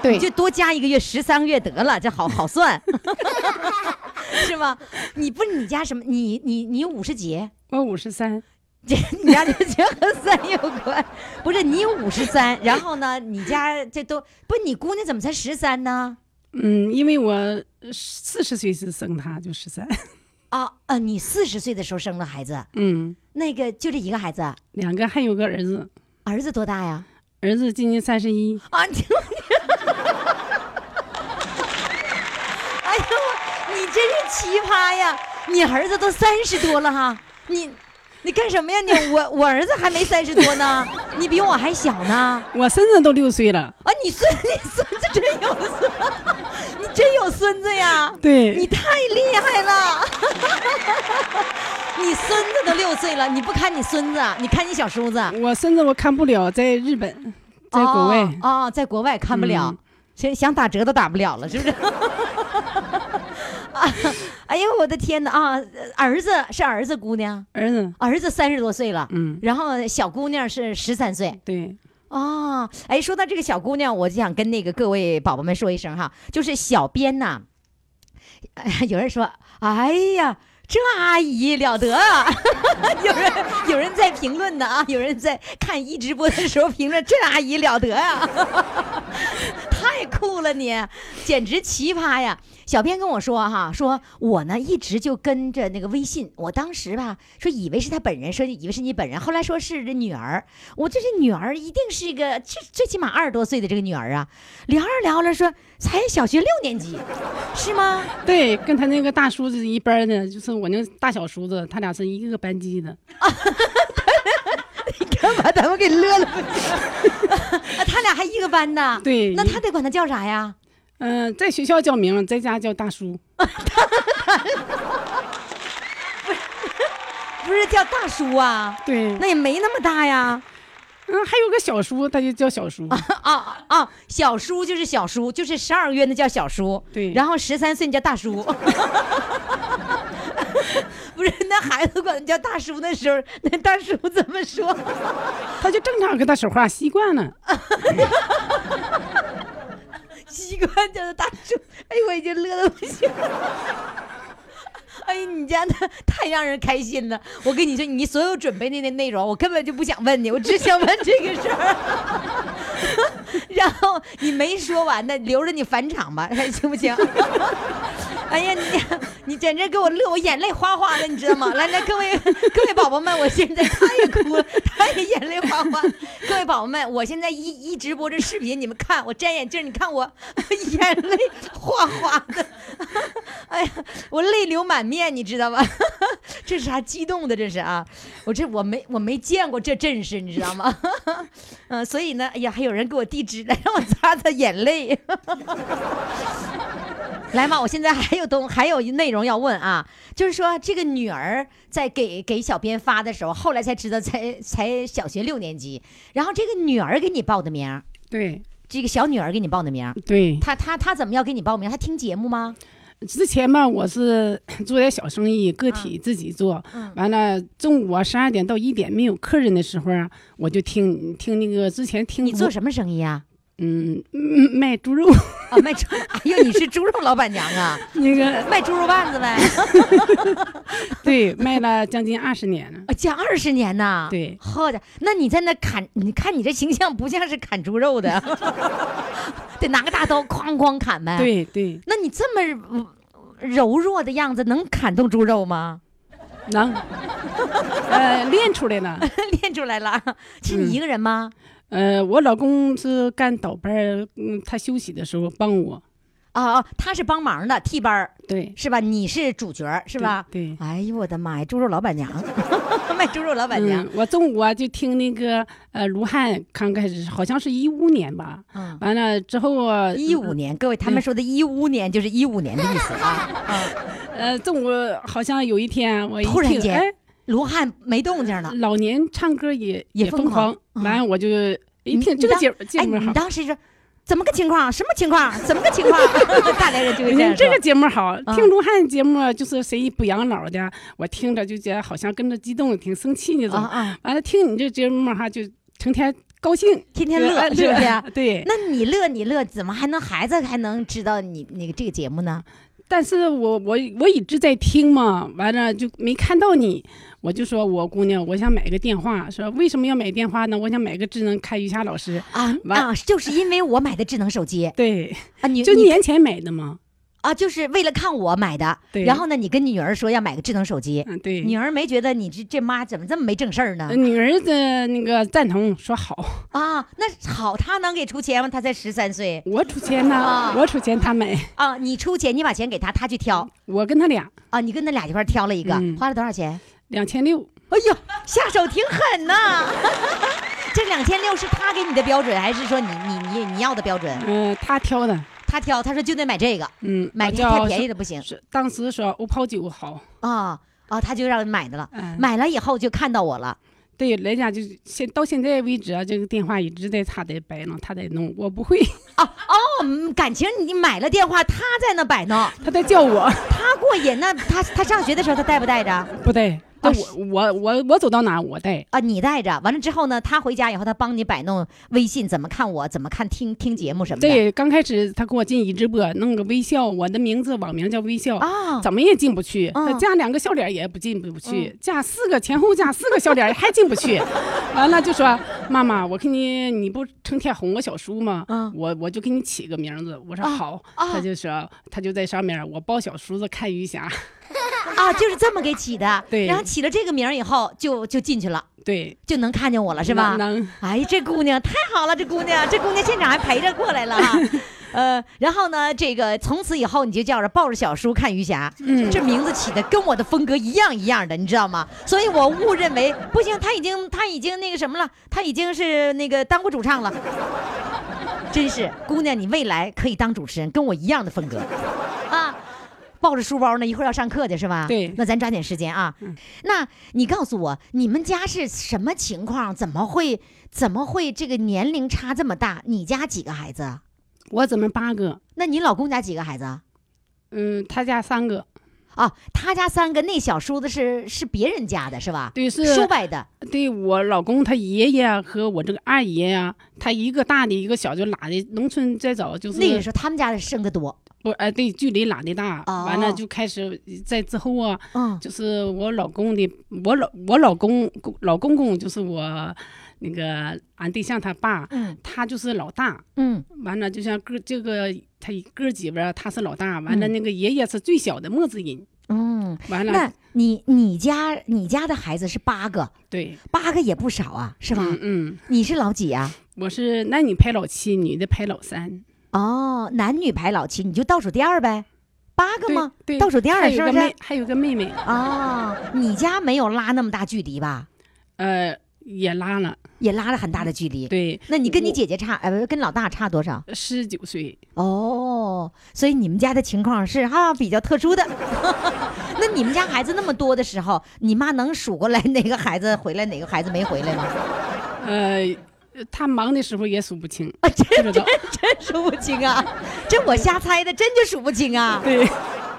S9: 对
S2: 你就多加一个月，十三个月得了，这好好算， 是吗？你不是你家什么？你你你五十几？
S9: 我五十三，
S2: 这 你家这这和三有关，不是你五十三，然后呢，你家这都不是你姑娘怎么才十三呢？
S9: 嗯，因为我四十岁是生他，就十三，
S2: 啊呃，你四十岁的时候生了孩子，
S9: 嗯，
S2: 那个就这一个孩子，
S9: 两个还有个儿子，
S2: 儿子多大呀？
S9: 儿子今年三十一，
S2: 啊，你 哎呦，你真是奇葩呀！你儿子都三十多了哈，你你干什么呀你？我我儿子还没三十多呢，你比我还小呢。
S9: 我孙子都六岁了，
S2: 啊，你孙你孙子真有孙，你真有孙子呀！
S9: 对
S2: 你太厉害了。 你孙子都六岁了，你不看你孙子啊，你看你小叔子啊，
S9: 我孙子我看不了，在日本，在国外，
S2: 哦哦，在国外看不了
S9: 嗯，
S2: 想、想打折都打不了了，是 不是？啊，哎呦我的天哪啊！儿子是儿子姑娘，
S9: 儿子，
S2: 儿子三十多岁了，
S9: 嗯，
S2: 然后小姑娘是十三岁，
S9: 对，
S2: 哦，哎，说到这个小姑娘，我就想跟那个各位宝宝们说一声哈，就是小编呐、 呃有人说，哎呀。这阿姨了得啊！ 有人有人在评论呢啊，有人在看一直播的时候评论，这阿姨了得啊！ 太酷了你，简直奇葩呀！小编跟我说哈、说我呢一直就跟着那个微信，我当时吧说以为是他本人，说以为是你本人，后来说是这女儿，我这是女儿一定是一个最最起码二十多岁的这个女儿啊，聊着聊着说才小学六年级，是 吗？
S9: 对，跟他那个大叔子一班的，就是我那大小叔子，他俩是一个班级的，
S2: 干嘛咱们给乐了？啊， 他俩还一个班呢。
S9: 对
S2: 那他得管他叫啥呀？
S9: 嗯、在学校叫名，在家叫大叔，
S2: 不是叫大叔啊？
S9: 对，
S2: 那也没那么大呀。
S9: 嗯，还有个小叔，他就叫小叔，
S2: 啊啊！小叔就是小叔，就是十二月那叫小叔，
S9: 对
S2: 然后十三岁那叫大 叔。不是，那孩子管他叫大叔的时候，那大叔怎么说？啊
S9: 他就正常跟他说话，习惯了。
S2: 习惯叫他大叔，哎呦，我已经乐得不行了。哎，你家的太让人开心了！我跟你说，你所有准备的那内容，我根本就不想问你，我只想问这个事儿。然后你没说完呢，留着你返场吧，看行不行？哎呀，你你简直给我乐，我眼泪哗哗的，你知道吗？来来，各位各位宝宝们，我现在他也哭了，他也眼泪哗哗。各位宝宝们，我现在一一直播这视频，你们看我摘眼镜，你看我 眼泪哗哗的，哎呀，我泪流满面，你知道吧？ 这是啥激动的？这是啊，我这我没我没见过这阵势，你知道吗？ 嗯，所以呢，哎呀，还有人给我递纸来让我擦擦眼泪。来嘛，我现在还有东 还有内容要问啊，就是说这个女儿在给给小编发的时候，后来才知道才才小学六年级，然后这个女儿给你报的名儿，
S9: 对
S2: 这个小女儿给你报的名儿，
S9: 对，
S2: 她她她怎么要给你报名？她听节目吗？
S9: 之前吧，我是 做点小生意，个
S2: 嗯
S9: 体自己做。完了，中午啊，十二点到一点没有客人的时候啊，我就听听那个之前听
S2: 你做
S9: 过
S2: 什么生意啊？
S9: 嗯嗯卖猪肉
S2: 啊，卖猪， 哎呦，你是猪肉老板娘啊，
S9: 那个
S2: 卖猪肉棒子呗，
S9: 对卖了将近二十年了。
S2: 啊讲二十年呐。
S9: 对
S2: 好的，那你在那砍，你看你这形象不像是砍猪肉的， 得拿个大刀哐哐砍呗。，
S9: 对对，
S2: 那你这么嗯柔弱的样子，能砍动猪肉吗？
S9: 能，呃，练出来了。
S2: 练出来了，是你一个人吗？
S9: 呃，我老公是干倒班儿，嗯，他休息的时候帮我。
S2: 啊啊，他是帮忙的替班儿
S9: 对，
S2: 是吧？你是主角儿是吧？
S9: 对。
S2: 哎呦我的妈呀，猪肉老板娘， 卖猪肉老板娘
S9: 嗯，，我中午啊就听那个呃卢汉刚开始，好像是一五年吧，
S2: 嗯。
S9: 完了之后啊，
S2: 一五年，各位，他们说的一五年就是一五年的意思 啊。
S9: 呃中午好像有一天我一
S2: 突然
S9: 听
S2: 间
S9: 哎，
S2: 卢汉没动静了，
S9: 老年唱歌也
S2: 也
S9: 疯
S2: 疯狂啊
S9: 完了我就一
S2: 你
S9: 听
S2: 你
S9: 这个
S2: 当
S9: 节节
S2: 哎，
S9: 目
S2: 你
S9: 好，
S2: 当时说怎么个情况？什么情况？怎么个情况？ 大连人就啊会这样
S9: 嗯这个
S2: 说
S9: 节目好，听卢汉节目啊就是谁不养老的，我听着就觉得好像跟着激动，挺生气那
S2: 啊
S9: 种。
S2: 啊，
S9: 完了听你这节目哈，就成天高兴，
S2: 天天
S9: 哎
S2: 乐是不是？？
S9: 对。
S2: 那你乐你乐，怎么还能孩子还能知道你那个这个节目呢？
S9: 但是我我我一直在听嘛，完了就没看到你，我就说我姑娘，我想买个电话，说为什么要买电话呢？我想买个智能看瑜伽老师。
S2: 啊
S9: 完
S2: 啊，就是因为我买的智能手机
S9: 对，
S2: 啊，你
S9: 就
S2: 你
S9: 年前买的嘛。
S2: 啊，就是为了看我买的。
S9: 对
S2: 然后呢，你跟你女儿说要买个智能手机，
S9: 嗯，对。嗯
S2: 女儿没觉得你这这妈怎么这么没正事儿呢？
S9: 女儿的那个赞同说好，
S2: 啊，那好，她能给出钱吗？她才十三岁
S9: 我出钱呢，
S2: 啊
S9: 我出钱，她买，
S2: 啊，你出钱，你把钱给她，她去挑
S9: 我跟他俩
S2: 啊，你跟她俩一块儿挑了一个，
S9: 嗯
S2: 花了多少钱？
S9: 两千六，
S2: 哎呦，下手挺狠呐、 这两千六是她给你的标准，还是说你你你你要的标准？
S9: 嗯，他挑的，
S2: 她挑，她说就得买这个，
S9: 嗯，
S2: 买
S9: 我
S2: 这太
S9: 叫
S2: 便宜的不行
S9: 是，是当时说欧泡酒好，
S2: 啊啊，她就让人买的了。
S9: 嗯，
S2: 买了以后就看到我了，
S9: 对，来讲就是现到现在为止啊，这个电话一直在他在摆弄，他在弄，我不会，
S2: 嗯，感情你买了电话，她在那摆弄，
S9: 他在叫我。
S2: 她过瘾。那她她上学的时候，她带不带着
S9: 不带，那
S2: 啊
S9: 我我我我走到哪我带。
S2: 啊？你带着，完了之后呢，她回家以后，她帮你摆弄微信，怎么看我，怎么看听听节目什么的。
S9: 对，刚开始他给我进一直播，弄个微笑，我的名字网名叫微笑，
S2: 啊，
S9: 怎么也进不去，
S2: 嗯
S9: 加两个笑脸也不进不去，加四个前后加四个笑脸还进不 去，完了就说妈妈，我给你，你不成天哄我小叔吗？
S2: 嗯
S9: 我我就给你起个名字，我说
S2: 啊
S9: 好，
S2: 啊
S9: 他就说他就在上面，我抱小叔子看鱼侠，
S2: 啊，就是这么给起的。
S9: 对
S2: 然后起了这个名儿以后，就就进去了，
S9: 对，
S2: 就能看见我啊了，是吧？
S9: 能能
S2: 哎，这姑娘太好了，这姑娘，这姑娘现场还陪着过来 了啊。呃，然后呢，这个从此以后你就叫着抱着小叔看余霞，嗯，这名字起的跟我的风格一样一样的，你知道吗？所以我误认为不行，他已经他已经那个什么了，他已经是那个当过主唱了。真是，姑娘，你未来可以当主持人，跟我一样的风格啊！抱着书包呢，一会儿要上课去是吧？
S9: 对
S2: 那咱抓紧时间啊。那你告诉我，你们家是什么情况？怎么会怎么会这个年龄差这么大？你家几个孩子？
S9: 我怎么八个，
S2: 那你老公家几个孩子？
S9: 嗯，他家三个，
S2: 啊，他家三个那小叔子是是别人家的，是吧？
S9: 对，是
S2: 叔伯的，
S9: 对我老公他爷爷和我这个二爷呀、他一个大的，一个小，就拉的农村再早就是
S2: 那个时候他们家的生的多，
S9: 不哎、对，距离拉的大，
S2: 哦
S9: 完了就开始在之后啊，
S2: 嗯，
S9: 就是我老公的，我老我老公公老公公就是我那个俺对象他爸，
S2: 嗯
S9: 他就是老大，
S2: 嗯
S9: 完了就像哥这个他哥几边儿他是老大，完了
S2: 嗯
S9: 那个爷爷是最小的墨子人，
S2: 嗯。
S9: 完了
S2: 那你你家你家的孩子是八个，
S9: 对，
S2: 八个也不少啊，是吧？
S9: 嗯嗯，
S2: 你是老几啊？
S9: 我是男女排老七，女的排老三，
S2: 哦，男女排老七，你就倒数第二呗，八个
S9: 对
S2: 吗？
S9: 对，
S2: 倒数第
S9: 还
S2: 二
S9: 有
S2: 是
S9: 个
S2: 不是
S9: 妹？，还有个妹妹，
S2: 啊、你家没有拉那么大距离吧？
S9: 呃，也拉了，
S2: 也拉了很大的距离。
S9: 对，
S2: 那你跟你
S9: 我
S2: 姐姐差，呃，不是跟老大差多少？
S9: 十九岁，
S2: 哦，所以你们家的情况是哈、比较特 殊的。那你们家孩子那么多的时候，你妈能数过来哪个孩子回来，哪个孩子没回来吗？
S9: 呃，他忙的时候也数不清，
S2: 啊，真
S9: 不知道，
S2: 真数不清 啊，这我瞎猜的，真就数不清啊。
S9: 对。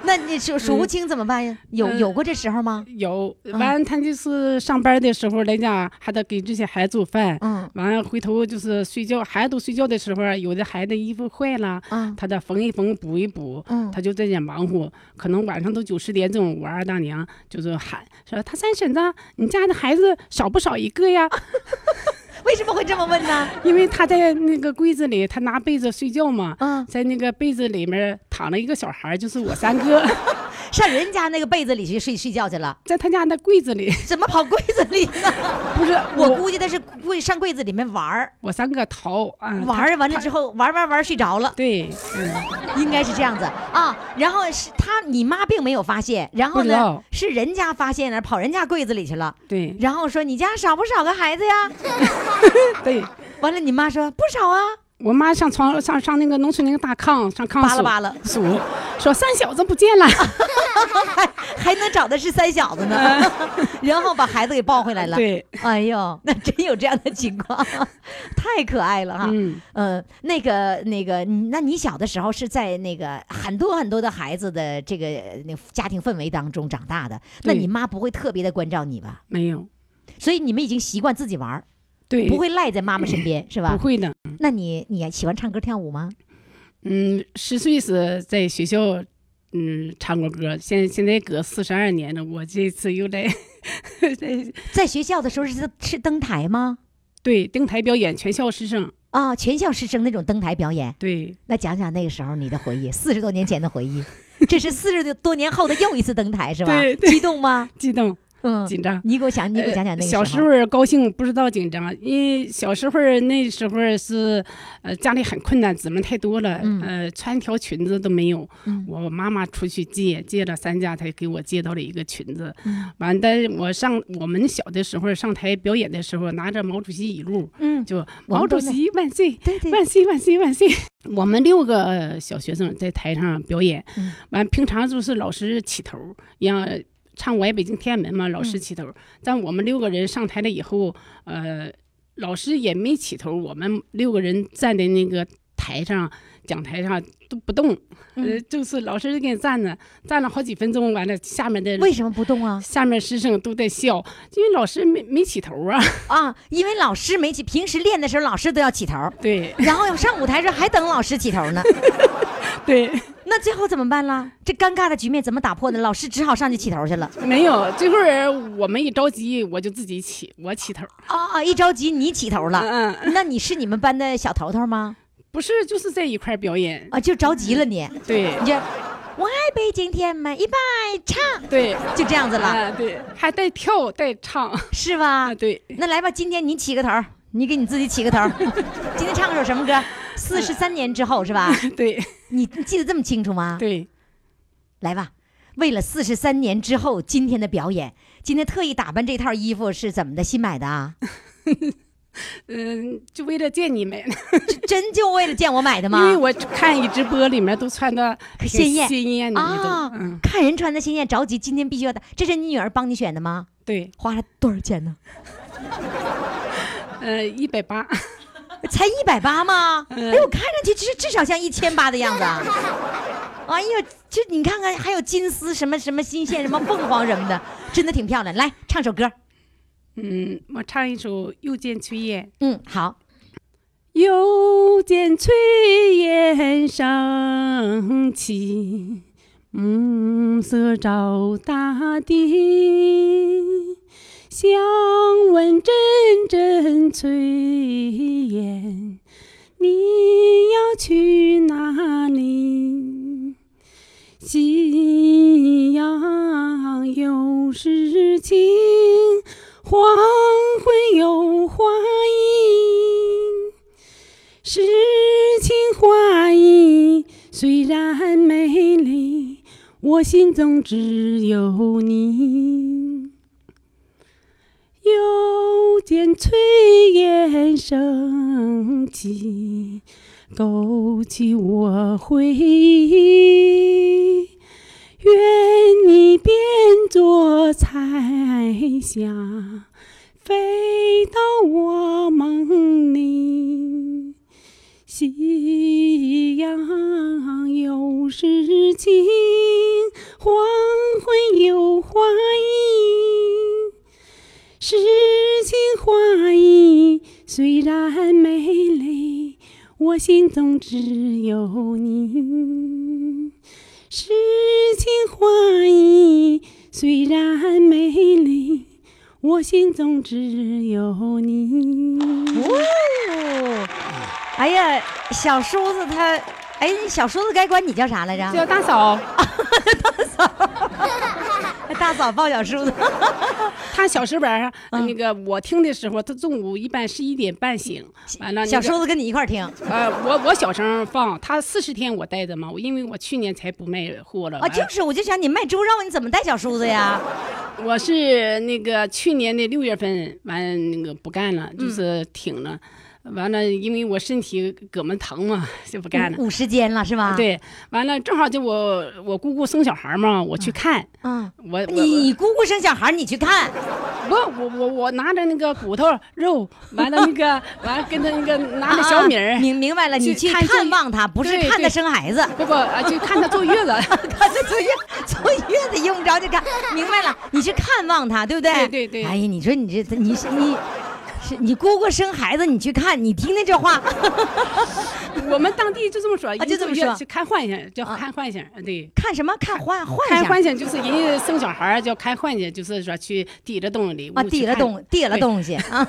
S2: 那你数数不清怎么办呀？有有过这时候吗？
S9: 有，
S2: 嗯
S9: 完他就是上班的时候来讲，还得给这些孩子做饭。
S2: 嗯
S9: 完了回头就是睡觉，孩子都睡觉的时候，啊有的孩子衣服坏了，
S2: 嗯
S9: 他得缝一缝、补一补，
S2: 嗯
S9: 他就在家忙活。可能晚上都九十点钟，我二大娘就是喊说：“他三婶子，你家的孩子少不少一个呀？
S2: 为什么会这么问呢？
S9: 因为他在那个柜子里，他拿被子睡觉嘛，
S2: 嗯
S9: 在那个被子里面躺了一个小孩儿，就是我三 哥，
S2: 上人家那个被子里去睡睡觉去了，
S9: 在他家那柜子里，
S2: 怎么跑柜子里呢？
S9: 不是
S2: 我
S9: 我
S2: 估计他是柜上柜子里面玩儿，
S9: 我三哥逃啊，
S2: 玩
S9: 他
S2: 儿完了之后玩儿玩儿玩儿睡着了，
S9: 对，嗯。
S2: 应该是这样子啊。然后是他你妈并没有发现，然后
S9: 不知
S2: 呢
S9: 道
S2: 是人家发现了，跑人家柜子里去了，
S9: 对
S2: 然后说你家少不少个孩 子呀？
S9: 对，
S2: 完了你妈说不少啊，
S9: 我妈上床上上那个农村那个大炕上炕
S2: 扒
S9: 数
S2: 拉扒拉，
S9: 数，说三小子不见 了。
S2: 还还能找的是三 小子呢，然后把孩子给抱回来了。
S9: 对，
S2: 哎呦，那真有这样的 情况，太可爱了哈。
S9: 嗯，
S2: 呃，那个那个，你那你小的时候是在那个很多很多的孩子的这个呃那个家庭氛围当中长大的，那
S9: 对
S2: 你妈不会特别的关照你吧？
S9: 没有，
S2: 所以你们已经习惯自己玩儿，
S9: 对，
S2: 不会赖在妈妈身边，是吧
S9: 不？会的。
S2: 那你你喜欢唱歌跳舞吗？
S9: 嗯，十岁时在学校。嗯，唱过歌，现现在隔四十二年了，我这次又来， 在
S2: 在学校的时候是是登台吗？
S9: 对登台表演，全校师生，
S2: 啊，全校师生那种登台表演，
S9: 对
S2: 那讲讲那个时候你的回忆，四十多年前的回 忆，这是四十多年后的又一次登台是吧？
S9: 对对
S2: 激动吗？
S9: 激动
S2: 嗯，
S9: 紧张。呃
S2: 你给我讲，你给我讲讲那个
S9: 小
S2: 时
S9: 时候儿高兴，不知道紧张，因为小时候儿那时候儿是，呃，家里很困难，姊妹太多了，
S2: 嗯
S9: 呃，穿一条裙子都没有。
S2: 嗯
S9: 我妈妈出去借，借了三家才给我借到了一个裙子。
S2: 嗯
S9: 完，但是我上我们小的时候儿上台表演的时候，拿着毛主席语录，
S2: 嗯，
S9: 就
S2: 我们
S9: 毛
S2: 都
S9: 主席万岁。
S2: 对对，
S9: 万岁万岁万岁！我们六个呃小学生在台上表演
S2: 嗯，
S9: 完、平常就是老师起头，让唱《我爱北京天安门》嘛，
S2: 嗯
S9: 老师起头。但我们六个人上台了以后，呃，老师也没起头，我们六个人站在那个台上讲台上都不动，
S2: 嗯
S9: 呃，就是老师就给你站着，站了好几分钟，完了下面的
S2: 为什么不动啊？
S9: 下面师生都在笑，因为老师没没起头啊，
S2: 啊，因为老师没起，平时练的时候老师都要起头，
S9: 对
S2: 然后上舞台时候还等老师起头呢。
S9: 对。
S2: 那最后怎么办啦？这尴尬的局面怎么打破呢？老师只好上去起头去了。
S9: 没有，这会儿我们一着急，我就自己起，我起头。
S2: 啊啊！一着急你起头了，
S9: 哦嗯，嗯，
S2: 那你是你们班的小头头吗？
S9: 不是，就是在一块儿表 演。
S2: 啊，就着急了你，
S9: 对
S2: 你这我爱北京天安门一百唱，
S9: 对，
S2: 就这样子了，
S9: 啊对，还带跳带唱
S2: 是吧
S9: 啊，？ 对，
S2: 那来吧，今天你起个头儿，你给你自己起 个头儿。今天唱首什么歌？四十三年之后是吧？
S9: 对
S2: 你你记得这么清楚
S9: 嗯
S2: 吗？
S9: 对，
S2: 来吧，为了四十三年之后今天的表演，今天特意打扮这套衣服是怎么的？新买的 啊？
S9: 嗯，就为了见你们，
S2: 这真就为了见我买的
S9: 因为
S2: 吗？
S9: 我看一直播里面都穿的挺
S2: 鲜艳
S9: 鲜艳的都，
S2: 啊
S9: 嗯，
S2: 看人穿的鲜艳，着急，今天必须要打。这是你女儿帮你选的吗？
S9: 对，
S2: 花了多少钱呢？
S9: 呃，一百八， 嗯
S2: 才一百八吗？哎，我看上去至至少像一千八的样子啊。 哎呦，这你看看，还有金丝什么什么新线什么凤凰什么的，真的挺漂亮。来唱首歌，
S9: 嗯，我唱一首《又见炊烟》。
S2: 嗯，好，
S9: 又见炊烟升起，暮色罩大地。想问阵阵炊烟，你要去哪里？夕阳有诗情，黄昏有画意。诗情画意虽然美丽，我心中只有你。又见炊烟升起，勾起我回忆。愿你变作彩霞，飞到我梦里。夕阳有诗情，黄昏有画意。诗情画意虽然美丽，我心中只有你。诗情画意虽然美丽，我心中只有你。嗯
S2: 哦，哎呀，小叔子他，哎，小叔子该管你叫啥来着？
S9: 叫大嫂，
S2: 大嫂抱小叔子。
S9: 她小时本上、
S2: 嗯
S9: 那个我听的时候，她中午一般十一点半醒，完 了、那个、
S2: 小叔子跟你一块儿听啊，
S9: 呃，我我小声放，他四十天我带着嘛，我因为我去年才不卖货了，完了
S2: 啊就是，我就想你卖猪肉，你怎么带小叔子呀？
S9: 我是那个去年的六月份完那个不干
S2: 嗯
S9: 了，就是挺了，完了因为我身体胳膊疼嘛， 就不干了。
S2: 五十斤了是吧？，
S9: 对，完了正好就我我姑姑生小孩嘛，我去看，
S2: 嗯，
S9: 我我
S2: 你你姑姑生小孩，你去看，
S9: 啊我我我我拿着那个骨头肉，完了那个 完了跟着那个拿着小米儿
S2: 啊，明明白了，你去
S9: 看
S2: 看望他，不是
S9: 对
S2: 看他
S9: 对
S2: 生孩子。
S9: 不不啊，就看她坐月子。
S2: 看他坐月坐月子用不着就看，明白了，你是看望他，对不对？
S9: 对对对
S2: 哎呀，你说你这你是你。是你姑姑生孩子，你去看，你听听这话，
S9: 我们当地就这么说，
S2: 啊就这么说
S9: 就看幻想，叫
S2: 啊
S9: 看幻想，对。
S2: 看什么？看幻幻
S9: 开
S2: 想
S9: 幻想就是人家生小孩儿叫开幻想，就是说去抵着动礼物
S2: 啊，
S9: 去
S2: 递了
S9: 看
S2: 东递了
S9: 对
S2: 东 西啊，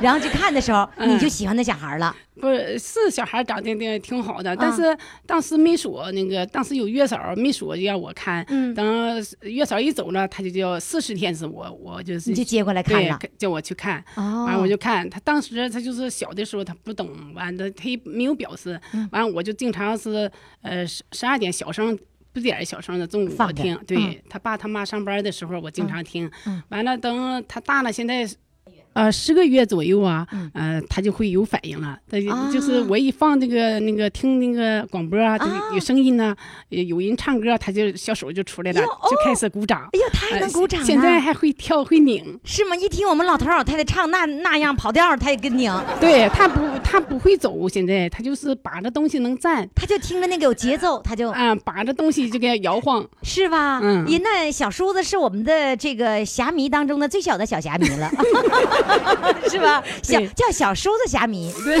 S2: 然后去看的时候，你
S9: 嗯
S2: 就喜欢那小孩了。
S9: 不是是小孩长得挺挺好
S2: 啊
S9: 的，但是当时没说那个，当时有月嫂，没说就让我看。
S2: 嗯
S9: 等月嫂一走了，他就叫四十天是我，我就是
S2: 你就接过来看
S9: 对
S2: 了，
S9: 叫我去看。
S2: 哦
S9: 完我就看他当时他就是小的时候他不懂，完了他也没有表示，
S2: 嗯
S9: 完我就经常是呃十十二点小声。不点儿小声的，中午
S2: 放
S9: 我
S2: 着
S9: 听，对、
S2: 嗯
S9: 他爸他妈上班的时候，我经常听。完了，等他大了，现在呃，十个月左右啊，呃，他就会有反应了。他就
S2: 嗯啊
S9: 就是我一放这个那个听那个广播啊，就有有声音呢、有有人唱歌，他就小手就出来了，
S2: 哟哦
S9: 就开始鼓掌。
S2: 哎呦，他还能鼓掌啊
S9: 呃现
S2: 呢！
S9: 在还会跳会拧，
S2: 是吗？一听我们老头老太太唱那那样跑调，他也跟啊拧，
S9: 对他不他不会走，现在他就是把着东西能站，
S2: 他就听着那个有节奏，他就
S9: 啊、把着东西就给它摇晃。
S2: 是吧？
S9: 嗯
S2: 咦，那小叔子是我们的这个侠迷当中的最小的小侠迷 了，是吧？小
S9: 对
S2: 叫小叔子侠迷。
S9: 对，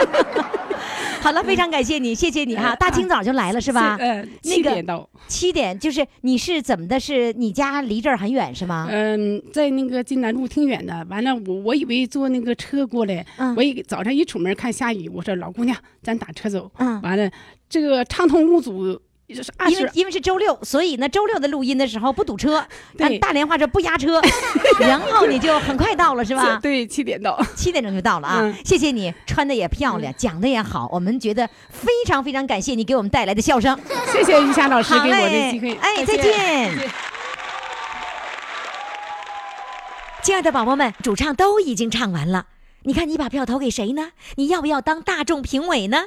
S2: 好了，非常感谢你，谢谢你
S9: 嗯
S2: 哈，大清早就来了是吧？
S9: 呃，
S2: 那
S9: 七
S2: 个
S9: 点到，
S2: 七点就是你是怎么的？是你家离这儿很远是吗？
S9: 嗯，在那个金南路挺远的。完了，我我以为坐那个车过来，
S2: 嗯
S9: 我一早上一出门看下雨，我说老姑娘，咱打车走。
S2: 嗯
S9: 完了，这个畅通无阻，就是二
S2: 因为
S9: 十。
S2: 因为是周六，所以呢，周六的录音的时候不堵车，
S9: 对
S2: 按大连话说不压 车，然后你就很快到了是吧？
S9: 对，七点 到。
S2: 七点钟就到了啊！
S9: 嗯
S2: 谢谢你，穿的也漂亮，讲的也好，我们觉得非常非常感谢你给我们带来的笑声。
S9: 谢谢于霞老师
S2: 好
S9: 给我的
S2: 嘞
S9: 机会。
S2: 哎，再见。亲爱的宝宝们，主唱都已经唱完了，你看你把票投给谁呢？你要不要当大众评委呢？